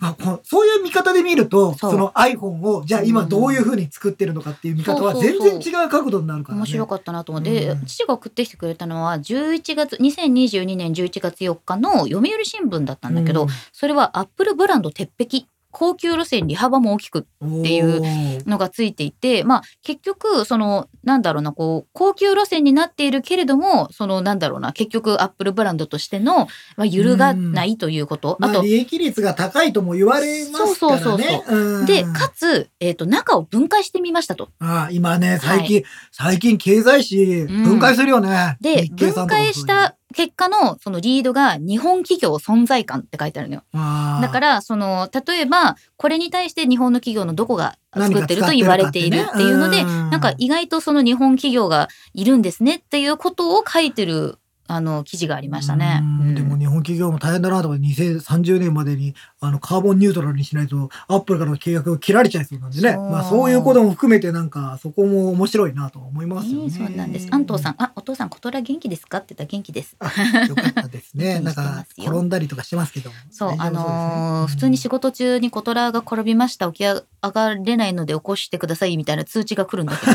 あこうそういう見方で見ると、そ
そ
うの iPhone をじゃあ今どういうふうに作ってるのかっていう見方は
そうそう
全
そう
然違う角度になるからね。
面白かったなと思って、
うん
父が送ってきてくれたのは11月2022年11月4日の読売新聞だったんだけど、それはアップルブランド鉄壁高級路線利幅も大きく
うん
っていう
おー
のがついていて、まあ、結局そのなんだろうなこう高級路線になっているけれどもそのなんだろうな結局アップルブランドとしての、まあ、揺るがないということ、
ま
あ
あ、
と、
利益率が高いとも言われますからね。
そうそうそう
うん
でかつ、えー、と中を分解してみましたと。
ああ今ね最近、最近経済誌
ん
分解するよね。
で
日経さん
分
とかもそういう
解した結果のそのリードが日本企業存在感って書いてあるのよ。
ああ
だからその例えばこれに対して日本の企業のどこが作ってると言われているっていうのでなんか意外とその日本企業がいるんですねっていうことを書いてるあの記事がありましたね。
うんでも日本企業も大変だなとか2030年までにあのカーボンニュートラルにしないとアップルからの契約を切られちゃいそうなんでね
そう
まあ、そういうことも含めてなんかそこも面白いなと思いますよ
ね
ね。
そうなんです。安藤さん、あ、お父さん、小虎元気ですかって言ったら元気です。
ん。よかったです ね。
元気に
な
し
ん
てま
か
すよ
転んだりとかしてますけど。
そう、
大丈
あ
夫
のー普
そうですね
通に仕事中に小虎が転びました、起き上がれないので起こしてくださいみたいな通知が来るんだ けど、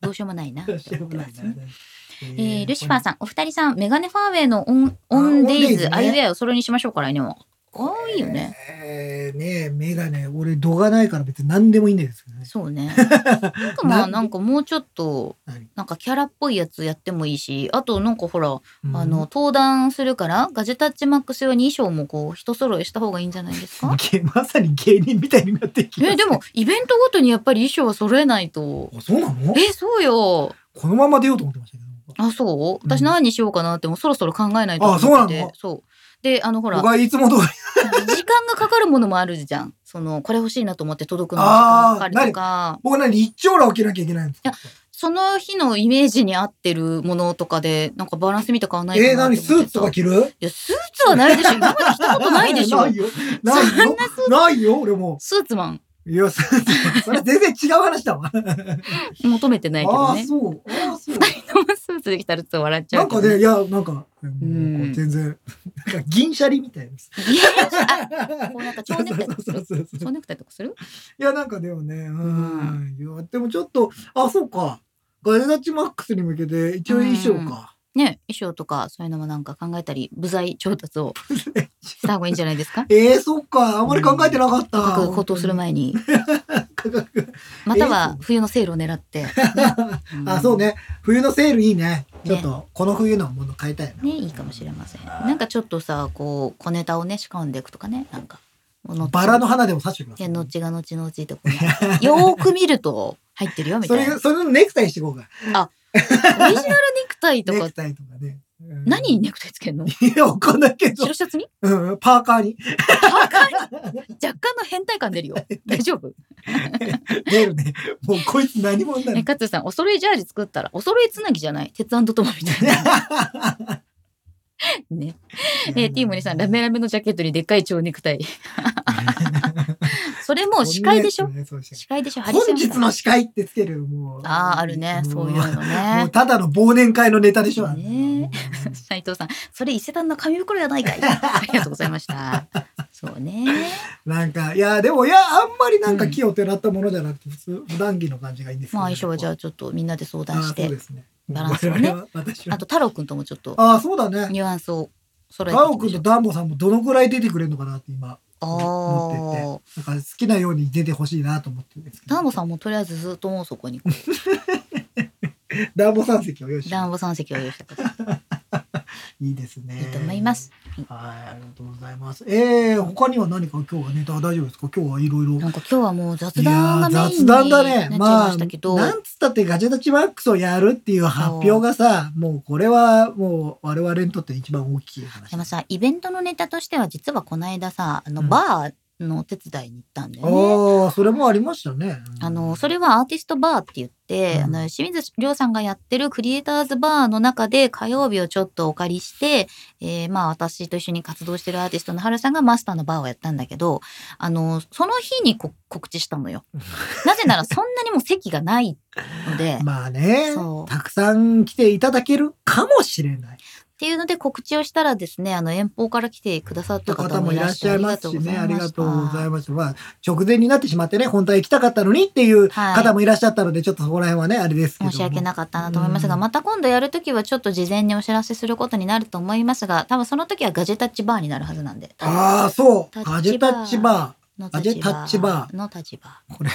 どうしようもないなって思っ てますね。えールシファー
ん。
さん、お二人さん、メガネファーウェイのオンオンデ
オンデ
イ
イ
ズ、
ズね
アイウェアをそれにしましょうか、来年は。可愛いよね。
えーねえ、メガネ、俺度がないから別に何でもいいんですけどね。
そ うね。なんかま
な
あ、なんかもうちょっと
何、
なんかキャラっぽいやつやってもいいし、あとなんかほら、
うん
あの、登壇するから、ガジェタッチマックス用に衣装もこう、人揃えした方がいいんじゃないですか
げまさに芸人み たいになってきます
え、でも、イベントごとにやっぱり衣装は揃えないと。
あそうなの
え、そうよ。
このまま出ようと思ってましたけど。
あ、そう
う
私
ん
何にしようかなって、もうそろそろ考えないと思ってて。
あそうなの
そうで、あの、ほら
僕、はいつも通り
時間がかかるものもあるじゃん。その、これ欲しいなと思って届くのに時間
あー
かかるとか、
僕何一丁羅を着なきゃいけないんですか
その日のイメージに合ってるものとかで、なんかバランス見たかないかな
えー、
と思
何
って
スーツとか
い
着る
や、スーツはないでしょ。今まで着たことないでしょ。
ないよ。ないよ。ないよ、俺も。
スーツマン
いや、スーツそれ 全然違う話だわ。
求めてないけ
あ
ど
あ、
ね。
そう。ああ、そう。
スーツできたらちょっと笑っちゃ
な
うんけど
かね、いや、なんか、
ん
こう全然、なんか銀シャリみたいです。
い やあこうなんか蝶ネクタイとかす
そう
る
そうそうそ
蝶
う
ネクタイとかする
いや、なんかでもね、うん。いや、でもちょっと、あ、そうか。ガジェタッチマックスに向けて、一応衣装か。
ね衣装とかそういうのもなんか考えたり部材調達をした方がいいんじゃないですか
えー、そっか。 あんまり考えてなかった。
価格高騰す る前に
価格。
または冬のセールを狙って、ん
あ、そうね。冬のセールいいね。ちょっと、この冬のもの買いたいな。
ねいいかもしれませんなんかちょっとさこう小ネタをね仕込んでいくとかねなんか
バラの花でも刺してくださ
で
い。
後が後々ってこうねよーく見ると入ってるよみ
そ
たい
れ
な、
それのネクタイにしていこうか。
オリジナルネクタイと
ネ
か
クタイとかね。うん
何に
い
ネクタイつけるの
や、わかんないけど
白、シャツに
うん、パーカーに。
若干の変態感出るよ大丈夫
出るね。もうこいつ何者な
え
の
かつさんお揃いジャージ作ったらお揃いつなぎじゃない鉄腕とともみたいなねえー、ティーモリさんラメラメのジャケットにでっかい蝶ネクタイそれ もう司会でしょ
こんなやつ ねそうして
司会でしょハリセ
本
ン
日
ボン
の司会ってつける、もう。
あああるね
も
そういうの
も
ね
うただの忘年会のネタでしょ。
ね斉藤さんそれ伊勢丹の紙袋やな いかいありがとうございましたそうね
なんか、いや、でも、いや、あんまりなんか木をてらったものじゃなくて、普通、普段着の感じがいいんですけど
まあ相性はじゃ
あ、
あちょっとみんなで相談し
そう
て
ですね。
バランスを
我
ね
々は私
あ
は。
と太郎くんともちょっと
ああ、そうだね。
ニュアンスを揃えていきましょ
青
う
くんとダンボさんもどのくらい出てくれるのかなって今、
ああ
なんか好きなように出てほしいなと思ってるんですけど。
ダンボさんもとりあえずずっともうそこに
ダンボさん席を用意して。
ダンボ三席を用意したから
いいいですね。
いいと思いま。す。
はい、ありがとうございます。えー、他には何か今日はネタは大丈夫ですか今日はいろいろ。
なんか今日はもう雑談がメインに
いや
なっ
ー雑談
ちゃ
だ
い
ね。
ま
ま
し
あ、
たけど、
なんつったってガジェタッチマックスをやるっていう発表がさ、もうこれはもう我々にとって一番大きい話。
でもさイベントのネタとしては実はこの間さあの
うん
バーのお手伝いに行ったんだよね。
ああ、それもありましたね。
あの、それはアーティストバーって言って、
うん
あの、清水亮さんがやってるクリエイターズバーの中で火曜日をちょっとお借りして、えーまあ私と一緒に活動してるアーティストの春さんがマスターのバーをやったんだけど、あの、その日にこ告知した のよ。なぜならそんなにもう席がないので、っ
まあね
そう、
たくさん来ていただけるかもしれない。
ていうので告知をしたらですね、あの遠方から来てくださった
方
方
も
も
い
い
ら
ら
っ
っ
し
し
ゃ
ゃ
い
い
ま
ます
し
すし
ね、
ね
ありがとうござい
ありがとうござい
ました。まあ、直前になってしまってね、本当は行きたかったのにっていう
はい
方もいらっしゃったので、ちょっとそこら辺はね、あれですけども。
申し訳なかったなと思いますが、
うん
また今度やるときはちょっと事前にお知らせすることになると思いますが、多分その時はガジェタッチバーになるはずなんで。
ああ、そう。
タッチバー
ガジェタッチバ
の立場
ガジェタッチバ
の立場。
ー。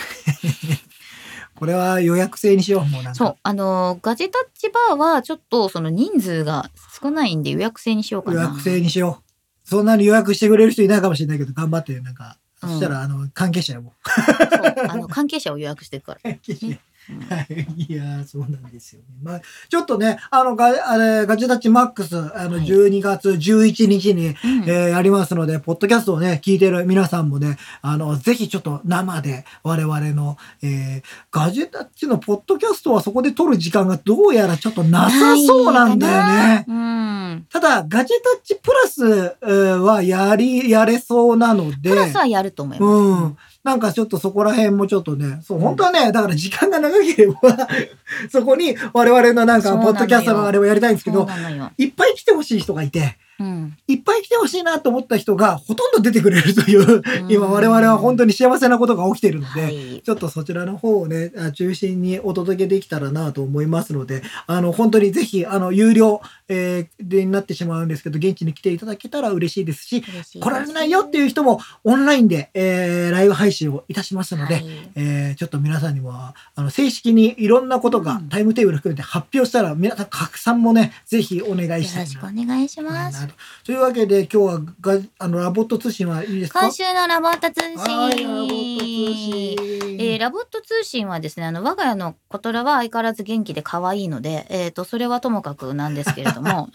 これは予約制にしよう、もうなんか。
そう、あのー、ガジェタッチバーはちょっとその人数が少ないんで予約制にしようか
予
な。
約制にしよう。そんなに予約してくれる人いないかもしれないけど、頑張って、なんか。そ
うん
したら、あの、関係者やもう。
そうあの関係者を予約していくから。
関係者
うん
はい、いやーそうなんですよね。まあ、ちょっとね、あの、があれガジェタッチマックス、あの、
はい
12月11日に、
うん
えーやりますので、ポッドキャストをね、聞いてる皆さんもね、あの、ぜひちょっと生で我々の、えーガジェタッチのポッドキャストはそこで撮る時間がどうやらちょっとなさそうなんだよね。
うん。
ただ、ガジェタッチプラスえーはやり、やれそうなので。
プラスはやると思います。
うん。なんかちょっとそこら辺もちょっとね、そう、本当はね、だから時間が長ければ、 そこに我々のなん
そ
か、
うな
ポッ
のよ
ドキャストのあれをやりたいんですけ
そう
ど、
なのよ。
いっぱい来てほしい人がいて、
うん。
いっぱい来てほしいなと思った人がほとんど出てくれるという、今
うん
我々は本当に幸せなことが起きているので、
はい。
ちょっとそちらの方をね、あ中心にお届けできたらなと思いますので、あの、本当にぜひ、あの、有料、えーでになってしまうんですけど、現地に来ていただけたら嬉しいですし、
嬉しいです
来られないよっていう人も、オンラインで、えーライブ配信をいたしますので、
はい
えーちょっと皆さんにも、あの、正式にいろんなことが
うん
タイムテーブル含めて発表したら、皆さん拡散もね、ぜひお願いし
よ
た
ろ
い
しくお
な。
願いします。
なとというわけで、今日はが、あの、ラボット通信はいいですか
今週のラボット通信。
はい、ラボット通信。
えーラボット通信はですね、あの、我が家のコトラは相変わらず元気で可愛いので、えっ、と、それはともかくなんですけれども、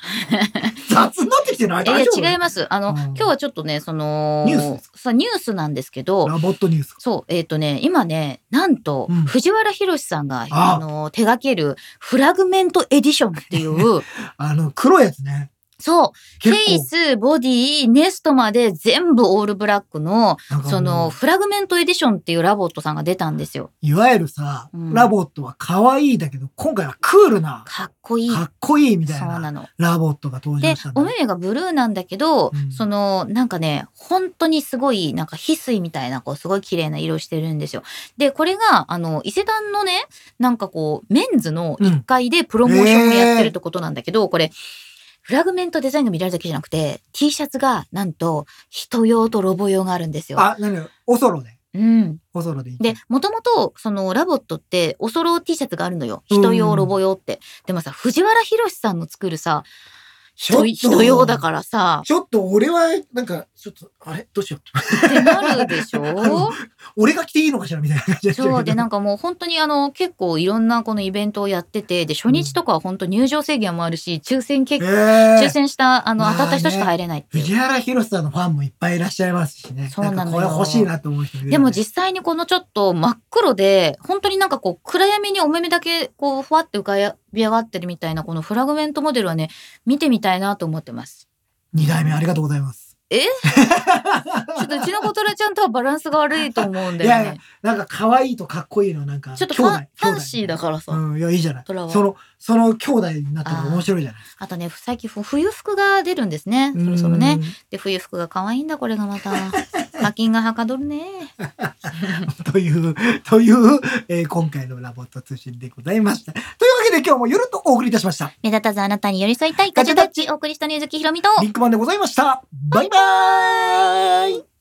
雑になってきてない
えー
大丈夫
違います。あの、
うん
今日はちょっとね、その、
ニュースです
さ、ニュースなんですけど、
ラボットニュースか。
そう、えっ、とね、今ね、なんと、
うん
藤原宏さんが、
あ
あの、手掛ける、フラグメントエディションっていう、
あの、黒いやつね。
そう、フ
結
ェイス、ボディ、ネストまで全部オールブラックの、
構、なんかもう
その、、フラグメントエディションっていうラボットさんが出たんですよ。
いわゆるさ、
うん
ラボットは可愛いだけど、今回はクールな、
かっこいい。
かっこいいみたい
そう
な
なの。
ラボットが登
で
場した、んだ
お目目がブルーなんだけど、
うん
その、なんかね、本当にすごい、なんか翡翠みたいな、こう、すごい綺麗な色してるんですよ。で、これが、あの、伊勢丹のね、なんかこう、メンズの1階でプロモーションをやってるってことなんだけど、これ、フラグメントデザインが見られるだけじゃなくて、T シャツが、なんと、人用とロボ用があるんですよ。
あ、なにオソロで。
うん。
オソロでいい。
で、もともと、その、ラボットって、おそろ T シャツがあるのよ。人
う
用、
ん
ロボ用って。でもさ、藤原宏さんの作るさ、
ちょっと
人人用だからさ、
ちょっと俺は、なんか、ちょっと、あれどうしよう。
ってなる でしょ
俺が着ていいのかしらみたいな感じ
そうでなん
か、
んかもう本当にあの結構いろんなこのイベントをやっててで初日とかは本当入場制限もあるし抽選
え
結抽
ー、
選したあの
まあね
当たった人しか入れないっていう。
藤原宏さんのファンもいっぱいいらっしゃいますしね。
そうなの
んか
よ
これ欲しいなと思う人いるよね
でも実際にこのちょっと真っ黒で本当になんかこう暗闇にお目目だけこうふわって浮かび上がってるみたいなこのフラグメントモデルはね見てみたいなと思ってます。
二代目ありがとうございます。
ちょっとうちのコトラちゃんとはバランスが悪いと思うんだ
いやい
よ
や
ね。
なんか可愛いとかっこいいの、なんか、
ちょっとフ
兄
ァン
弟
ファンシーだからさ。
うん、いや、いいじゃない。そ
トラは
の、その兄弟になったら面白いじゃないですか。
あとね最近冬服が出るんですね。 そろそろね。で冬服が可愛いんだこれがま た課金がはかどるね
うん。 という、という、えー今回のラボット通信でございました。というわけで今日も夜とお送りいたしました。
目立たずあなたに寄り添いたいガ
ガ
チ
チ
ャ
ャ
タ
タ
ッ
ッ
チお送りしたねゆずきひろみと
リンクマンでございました。バイバーイ